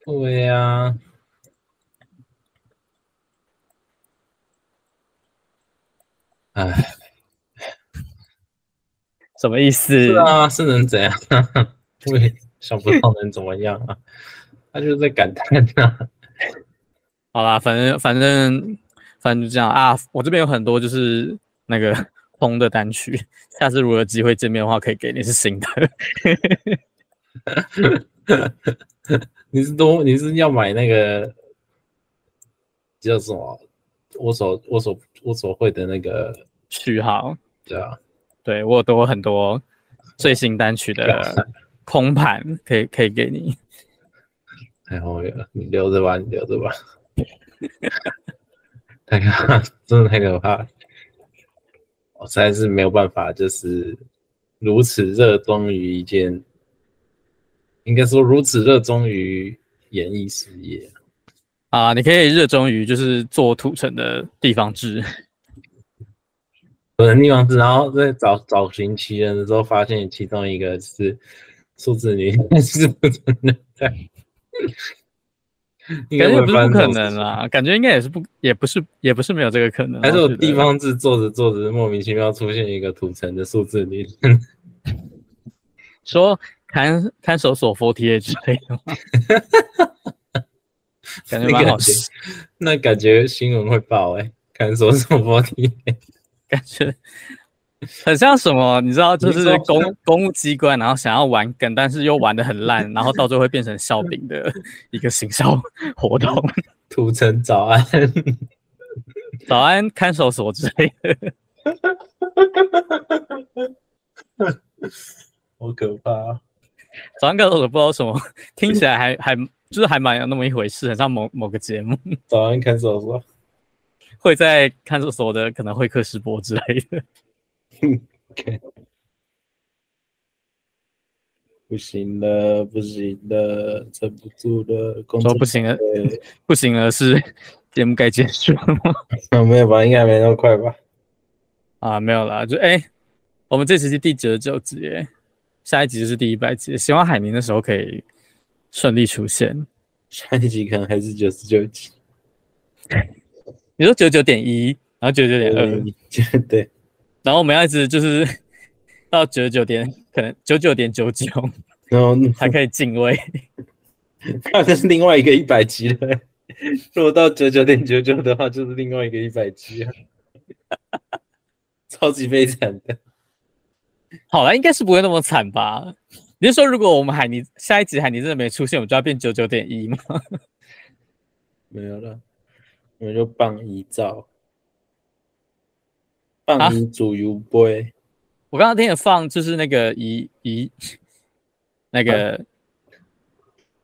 S1: 对啊呀、哎，
S2: 什么意思？
S1: 是啊，是能怎样？ <laughs> 我也想不到能怎么样啊。他就是在感叹呐、啊，
S2: 好啦，反正反正反正就这样啊。我这边有很多就是那个 <laughs> 红的单曲，下次如果有机会见面的话，可以给你是新的。 <laughs>
S1: 你是多，你是要买那个叫什么？我所我所我所会的那个，
S2: 序号，
S1: 对啊，
S2: 对我有多很多最新单曲
S1: <laughs>
S2: 的空盘，可以可以给你。
S1: 太荒谬了，你留着吧，你留着吧。 <laughs> 太可怕， <laughs> 真的太可怕了！我实在是没有办法，就是如此热衷于一件，应该说如此热衷于演艺事业。
S2: 啊、你可以热衷于就是做土城的地方志，
S1: 可能地方是，然后在找找寻其人的时候，发现其中一个是数字女，是不真的在。 <laughs> 应该
S2: 感觉也
S1: 会
S2: 不
S1: 发生
S2: 是不
S1: 这
S2: 可
S1: 种事
S2: 能啊
S1: 情
S2: 啦，感觉应该也是不也不是也不是没有这个可能啊。
S1: 还是
S2: 我
S1: 有
S2: 觉
S1: 地
S2: 得
S1: 方志做着做着莫名其妙出现一个土城的数字女，
S2: 说看看守所 forty eight 之类的吗？
S1: <laughs>
S2: 感觉蛮好笑，
S1: <laughs> 那感觉新闻会爆哎、看守所波提，
S2: 感觉很像什么，你知道，就
S1: 你
S2: 是
S1: 说
S2: 公
S1: <laughs>
S2: 公务机关，然后想要玩梗，但是又玩的很烂，然后到最后会变成笑柄的一个行销活动。
S1: 土城早安， <laughs>
S2: 早安看守所之类的，
S1: 好可怕、啊！
S2: 早安看守所不知道什么，听起来还还就是还蛮有那么一回事，很像某某个节目
S1: 早安 cancel 是吧
S2: 会在看守所的可能会客直播之类的。
S1: ？OK，不行了，不行了，撑不住了，工作
S2: 说不行了，
S1: 对，
S2: 不行了，是节目该结束了吗？
S1: 那没有吧？应该没那么快吧？
S2: 啊，没有啦，就哎、我们这期是第九十九集耶，下一集就是第一百集，希望海明的时候可以顺利出现。
S1: 下一集可能还是九十九集，
S2: 你说九九点一，然后九九点二，
S1: 对对，
S2: 然后我们要一直就是 <laughs> 到九九点，可能九九点九 <laughs> 九
S1: 然后
S2: 才可以进位。
S1: <laughs> 那这是另外一个一百集了。 <laughs> 如果到九九点九九的话，就是另外一个一百集啊， <laughs> 超级悲惨的。
S2: 好了，应该是不会那么惨吧？你是说如果我们海尼下一集海尼真的没出现，我们就要变九九点一吗？
S1: 没有了，我们就放一照，放一煮油杯，
S2: 我刚刚听你放就是那个遗遗那个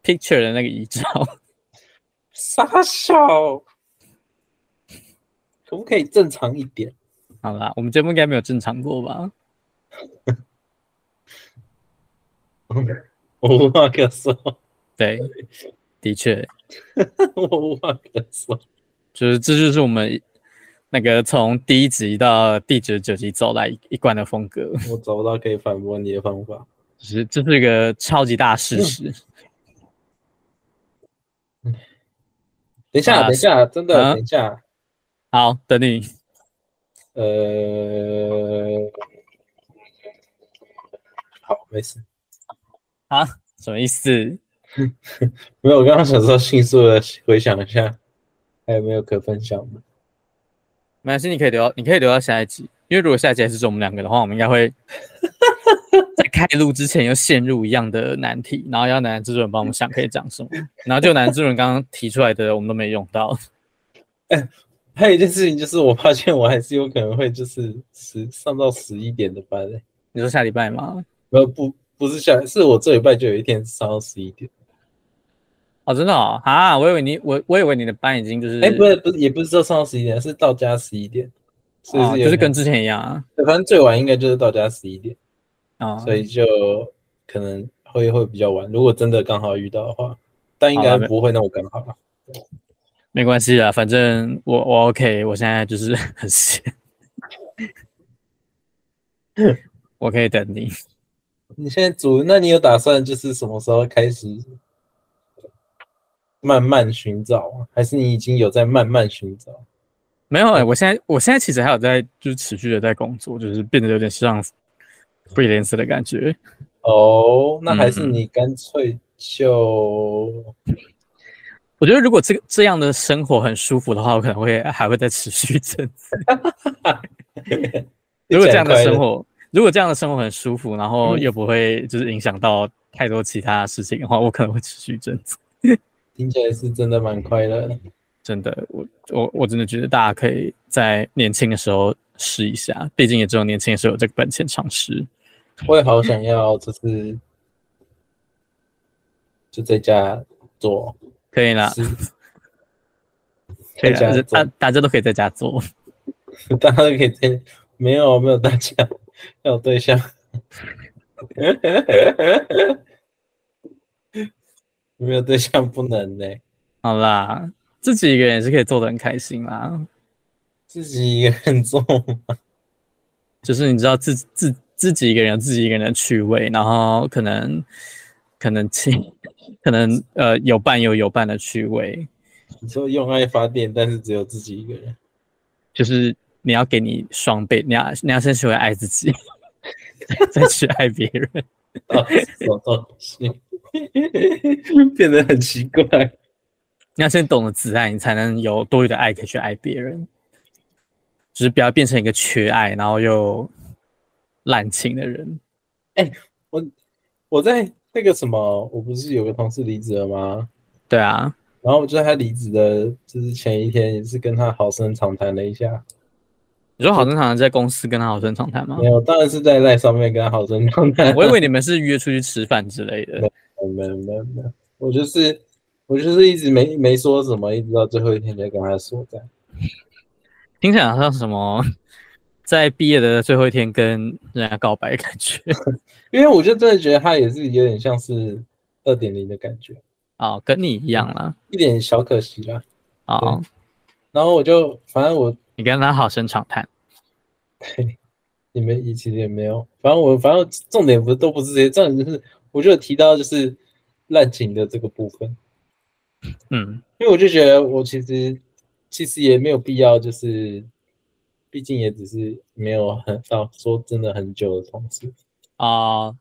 S2: picture 的那个遗照，
S1: 傻笑，可不可以正常一点？
S2: 好啦，我们节目应该没有正常过吧？
S1: 我无话可说， <laughs>
S2: 对，的确，
S1: 我无话可说。
S2: 就是这就是我们那个从第一集到第九十九集走来一一贯的风格，
S1: 我找不到可以反驳你的方法。
S2: 就是这是一个超级大事实。
S1: 等一下，
S2: 啊
S1: 等一下，真的，
S2: 啊
S1: 等一下，
S2: 好，等你
S1: 呃，好，没事。
S2: 什么意思？
S1: 没有，我刚刚想说迅速的回想一下，还有没有可分享的？
S2: 没关系，你可以留到，你可以留到下一集，因为如果下一集还是只有我们两个的话，我们应
S1: <laughs>
S2: 该会在开录之前又陷入一样的难题，然后要男制作人帮我们想可以讲什么，然后就男制作人刚刚提出来的我们都没用到，
S1: 还有一件事情就是，我发现我还是有可能会就是十上到十一点的班、欸，
S2: 你说下礼拜吗？
S1: 没有不不是下，是我这礼拜就有一天上到十一点。
S2: 哦，真的哦，啊，我以为你我我以为你的班已经就是，
S1: 哎、不是不是，也不是说上到十一点，是到家十一点，所以
S2: 哦
S1: 是有
S2: 就是
S1: 可能
S2: 跟之前一样啊，
S1: 反正最晚应该就是到家十一点，
S2: 啊、
S1: 所以就可能会会比较晚。如果真的刚好遇到的话，但应该
S2: 好那
S1: 不会那么刚好吧。
S2: 没关系啦，反正我我 OK，我现在就是 <laughs> 很闲，我可以等你。
S1: 你现在组，那你有打算就是什么时候开始慢慢寻找吗，还是你已经有在慢慢寻找？
S2: 没
S1: 嗯
S2: 有、欸，我现在我现在其实还有在，就是持续的在工作，就是变得有点像 freelancer 的感觉。
S1: 哦，那还是
S2: 嗯
S1: 你干脆就
S2: 我觉得如果这个这样的生活很舒服的话，我可能会还会再持续一阵子。如果这样的生，活，如果这样的生活很舒服，然后
S1: 嗯
S2: 又不会就是影响到太多其他事情的话，我可能会持续一阵子。
S1: 听起来是真的蛮快乐的。
S2: 真的，我我我真的觉得大家可以在年轻的时候试一下，毕竟也只有年轻的时候有这个本钱尝试。
S1: 我也好想要，就是就在家做，
S2: 可以啦，
S1: 是
S2: <laughs> 可
S1: 在
S2: 以啊
S1: 家
S2: 啦，
S1: 做
S2: 大大家都可以在家做。
S1: <laughs> 大家都可以在没有没有大家要有对象， <laughs> 没有对象不能呢、
S2: 好啦，自己一个人也是可以做的很开心啦。
S1: 自己一个人做吗
S2: 就是你知道自自自己一个人有自己一个人的趣味，然后可能可能亲， <laughs> 可能呃有伴有有伴的趣味，
S1: 你说用爱发电，但是只有自己一个人，
S2: 就是你要给你双倍，你要你要先学会爱自己， <laughs> 再去爱别人。
S1: 到底是什么东西？ <laughs> 变得很奇怪。
S2: 你要先懂得自爱，你才能有多余的爱可以去爱别人，就是不要变成一个缺爱，然后又滥情的人。
S1: 我在那个什么，我不是有个同事离职了吗？
S2: 对啊，
S1: 然后我就在他离职的，就是前一天也是跟他好生长谈了一下，
S2: 你说好正常在公司跟他好正常谈吗
S1: 没？有，当然是在赖上面跟他好生长谈。
S2: 我以为你们是约出去吃饭之类的。
S1: 没有没有没有，我就是我就是一直没没说什么，一直到最后一天才跟他说这样。
S2: 听起来好像什么，在毕业的最后一天跟人家告白的感觉
S1: 因为我就真的觉得他也是有点像是二点零的感觉，
S2: 哦，跟你一样啦。
S1: 一点小可惜啦。
S2: 哦，
S1: 然后我就反正我
S2: 你跟他好生长谈，
S1: 你们以前也没有，反正我反正重点不都不是这些，重点就是我就有提到就是滥情的这个部分，
S2: 嗯，
S1: 因为我就觉得我其实其实也没有必要，就是毕竟也只是没有很到说真的很久的同事。
S2: 哦，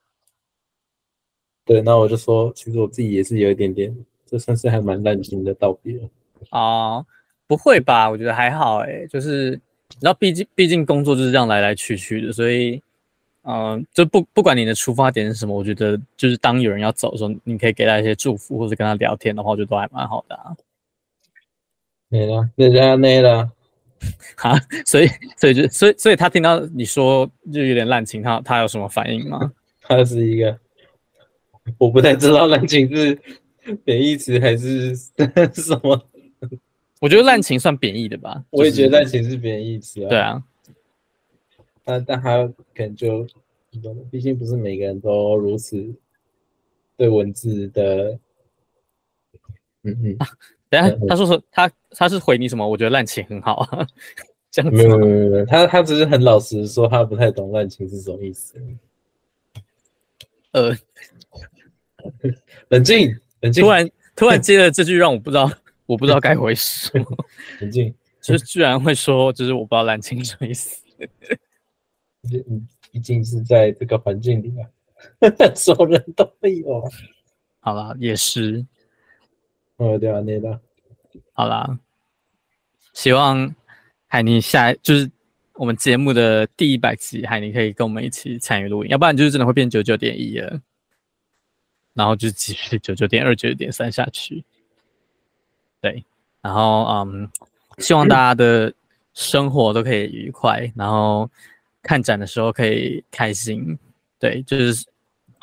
S1: 对，那我就说，其实我自己也是有一点点，这算是还蛮滥情的道别了。
S2: 哦，不会吧？我觉得还好诶、就是你知道，毕竟毕竟工作就是这样来来去去的，所以，嗯、就不不管你的出发点是什么，我觉得就是当有人要走的时候，你可以给他一些祝福或者跟他聊天的话，我觉得都还蛮好的啊。
S1: 没了，那家那了，
S2: 哈，所以所以就所以所以他听到你说就有点滥情，他他有什么反应吗？
S1: 他是一个，我不太知道滥情是贬义词还是 <laughs> 什么，
S2: 我觉得滥情算贬义的吧。
S1: 我也觉得
S2: 就是
S1: 滥情是贬义词啊。
S2: 对，啊，
S1: 但但他可能就，毕竟不是每个人都如此对文字的，嗯嗯，
S2: 等下
S1: 嗯嗯
S2: 他说说他他是回你什么？我觉得滥情很好啊，这样
S1: 没有
S2: 子啊
S1: 没有没有没有，他他只是很老实地说他不太懂滥情是什么意思。
S2: 呃，
S1: 冷静，冷静
S2: 突，然突然接了这句让我不知道我不知道该回什么，
S1: 冷静。
S2: <laughs> 就是居然会说就是我不知道滥情什么意思。
S1: 你你毕竟是在这个环境里啊， <laughs> 所有人都会有啊。
S2: 好啦，也是
S1: 哦，对啊，那个
S2: 好啦，希望海尼下就是我们节目的第一百集，海尼可以跟我们一起参与录音，要不然就是真的会变九九点一了，然后就继续九九点二、九九点三下去。对，然后嗯，希望大家的生活都可以愉快，然后看展的时候可以开心。对，就是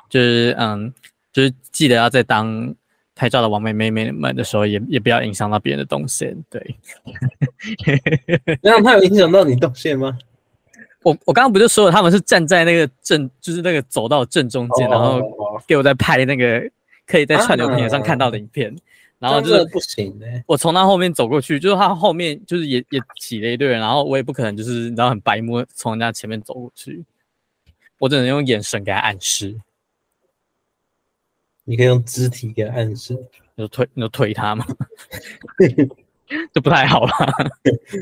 S2: 就是嗯，就是记得要在当拍照的完美妹妹们的时候也，也不要影响到别人的动线。对
S1: <laughs> 那他有影响到你动线吗？
S2: 我，我刚刚不就说了，他们是站在那个正，就是那个走到正中间，然后
S1: 哦
S2: 给我在拍那个可以在串流平台上看到的影片，然后就
S1: 啊这样真
S2: 是
S1: 的不行呢、
S2: 我从他后面走过去，就是他后面就是也也挤了一堆人，然后我也不可能就是你知道很白目地从人家前面走过去，我只能用眼神给他暗示，
S1: 你可以用肢体给他暗示， <laughs>
S2: 你就推你就推他嘛， <laughs> 就不太好啦，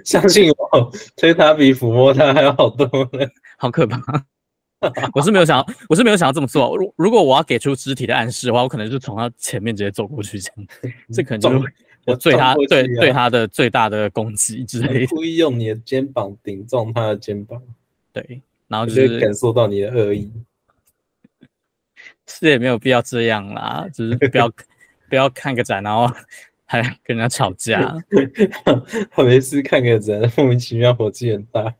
S1: 相信我，推他比抚摸他还要好多呢。
S2: 好可怕。 <laughs> 我是没有想要，我是没有想要这么做。啊如如果我要给出肢体的暗示的话，我可能就从他前面直接走过去这样，这可能就是
S1: 嗯撞
S2: 我对他
S1: 撞过去
S2: 对
S1: 啊
S2: 对他的最大的攻击之类的。
S1: 故意用你的肩膀顶撞他的肩膀，
S2: 对，然后
S1: 我
S2: 就
S1: 就会
S2: 是
S1: 感受到你的恶意。 <laughs>
S2: 是也没有必要这样啦，就是不要不要看个展，然后还跟人家吵架。
S1: 他没事看个人，莫名其妙火气很大。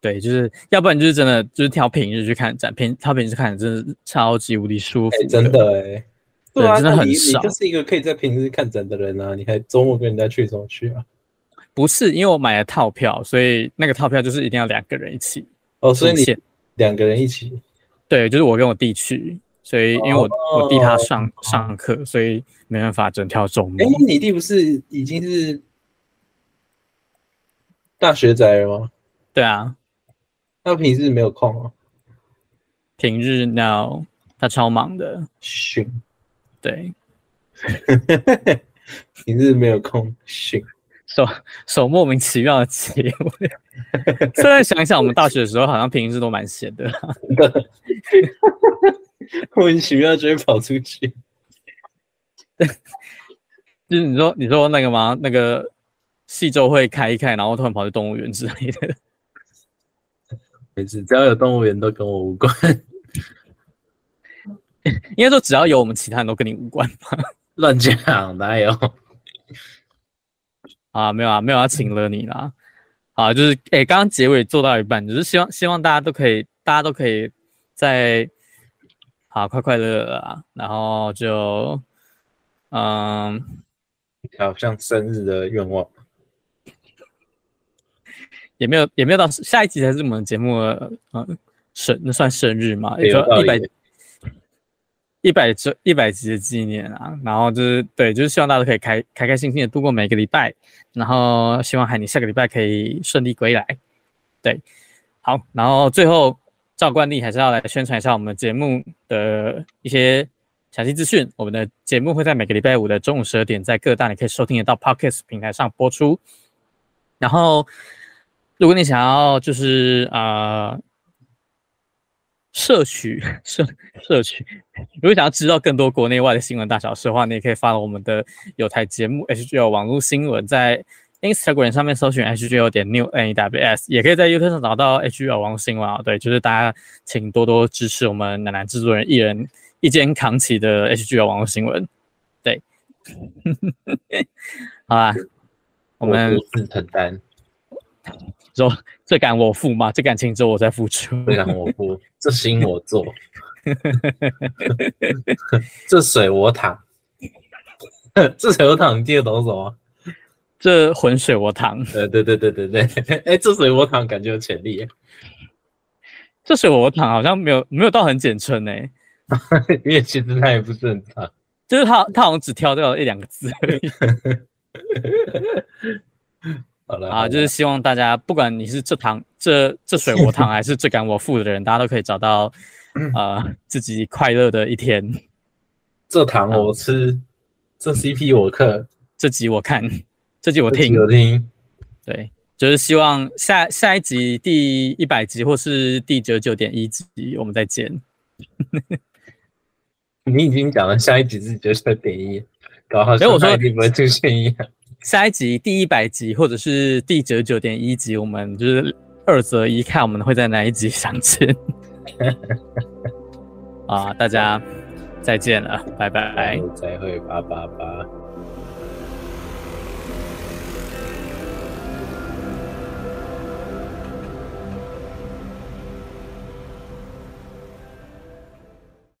S2: 对，就是要不然就是真的就是挑平日去看展，平挑平日看展真的是超级无敌舒
S1: 哎、
S2: 服，
S1: 真的哎、对啊，
S2: 真的
S1: 那
S2: 很
S1: 你
S2: 少
S1: 你就是一个可以在平日看展的人啊，你还周末跟人家去什么去啊？
S2: 不是因为我买了套票，所以那个套票就是一定要两个人一起
S1: 哦，
S2: 出
S1: 所以你
S2: 现。
S1: 两个人一起，
S2: 对，就是我跟我弟去，所以因为我、
S1: 哦
S2: 我弟他上上课，所以没办法，只能挑周末
S1: 哎、。你弟不是已经是大学宅了吗？
S2: 对啊，
S1: 他平日没有空啊。
S2: 平日 no，他超忙的。
S1: 训， <laughs>
S2: 对，
S1: 平日没有空训。 <laughs>
S2: 手手莫名其妙的结尾。 <laughs> 虽然想一想，我们大学的时候好像平时都蛮闲的，
S1: 莫名其妙就会跑出去。
S2: 就是你说你说那个吗？那个戏周会开一开，然后突然跑去动物园之类的。
S1: 没事，只要有动物园都跟我无关， <laughs>
S2: 应该说只要有我们，其他人都跟你无关吧？
S1: 乱讲哪有？
S2: 啊，没有啊，没有要请了你啦。啊，就是诶，刚刚结尾做到一半，只、是希望希望大家都可以，大家都可以在啊快快乐乐啊，然后就嗯，
S1: 好像生日的愿望。
S2: 也没有也没有到下一集才是我们节目的嗯生那算生日嘛，也就
S1: 哎有道
S2: 一
S1: 理
S2: 百一百周一百集的纪念啊。然后就是对，就是希望大家都可以开开开心心的度过每个礼拜，然后希望海尼下个礼拜可以顺利归来。对，好，然后最后照惯例还是要来宣传一下我们节目的一些详细资讯。我们的节目会在每个礼拜五的中午十二点，在各大你可以收听得到 Podcast 平台上播出。然后，如果你想要就是啊、呃摄取摄摄取，如果想要知道更多国内外的新闻大小事的话，你也可以发我们的有台节目 HGO 网络新闻，在 Instagram 上面搜寻 HGO 点 New N E W S，也可以在 YouTube 上找到 HGO 网络新闻啊。对，就是大家请多多支持我们楠楠制作人一人一肩扛起的 HGO 网络新闻。对， <laughs> 好啦，我们
S1: 独自承担，
S2: 说这敢我付吗？这感情只有我在付出。 <laughs>
S1: 这让我哭，这心我做，这水我淌，这水我淌，你听得懂什么？
S2: 这浑水我淌，
S1: 呃，对对对对对，哎、这水我淌感觉有潜力耶，
S2: 这水我淌好像没有没有到很简称哎、
S1: 因为其实它也不是很长。
S2: 就是他他好像只挑掉了一两个字而已 <laughs>
S1: 好了
S2: 啊，就是希望大家不管你是这淌这这水我淌还是这敢我付的人，大家都可以找到呃自己快乐的一天。
S1: 这糖我吃，这 CP 我嗑，
S2: 这集我看，这集我
S1: 我
S2: 听，
S1: 我听，
S2: 对，就是希望下下一集第一百集或是第九九点一集我们再见。
S1: 你已经讲了下一集是九九点一，搞好
S2: 没哎有我说
S1: 像它一定不会出现一样。
S2: 下一集第一百集或者是第九九点一集，我们就是二择一，看我们会在哪一集上线。啊，大家再见了，拜拜。
S1: 再会八八八。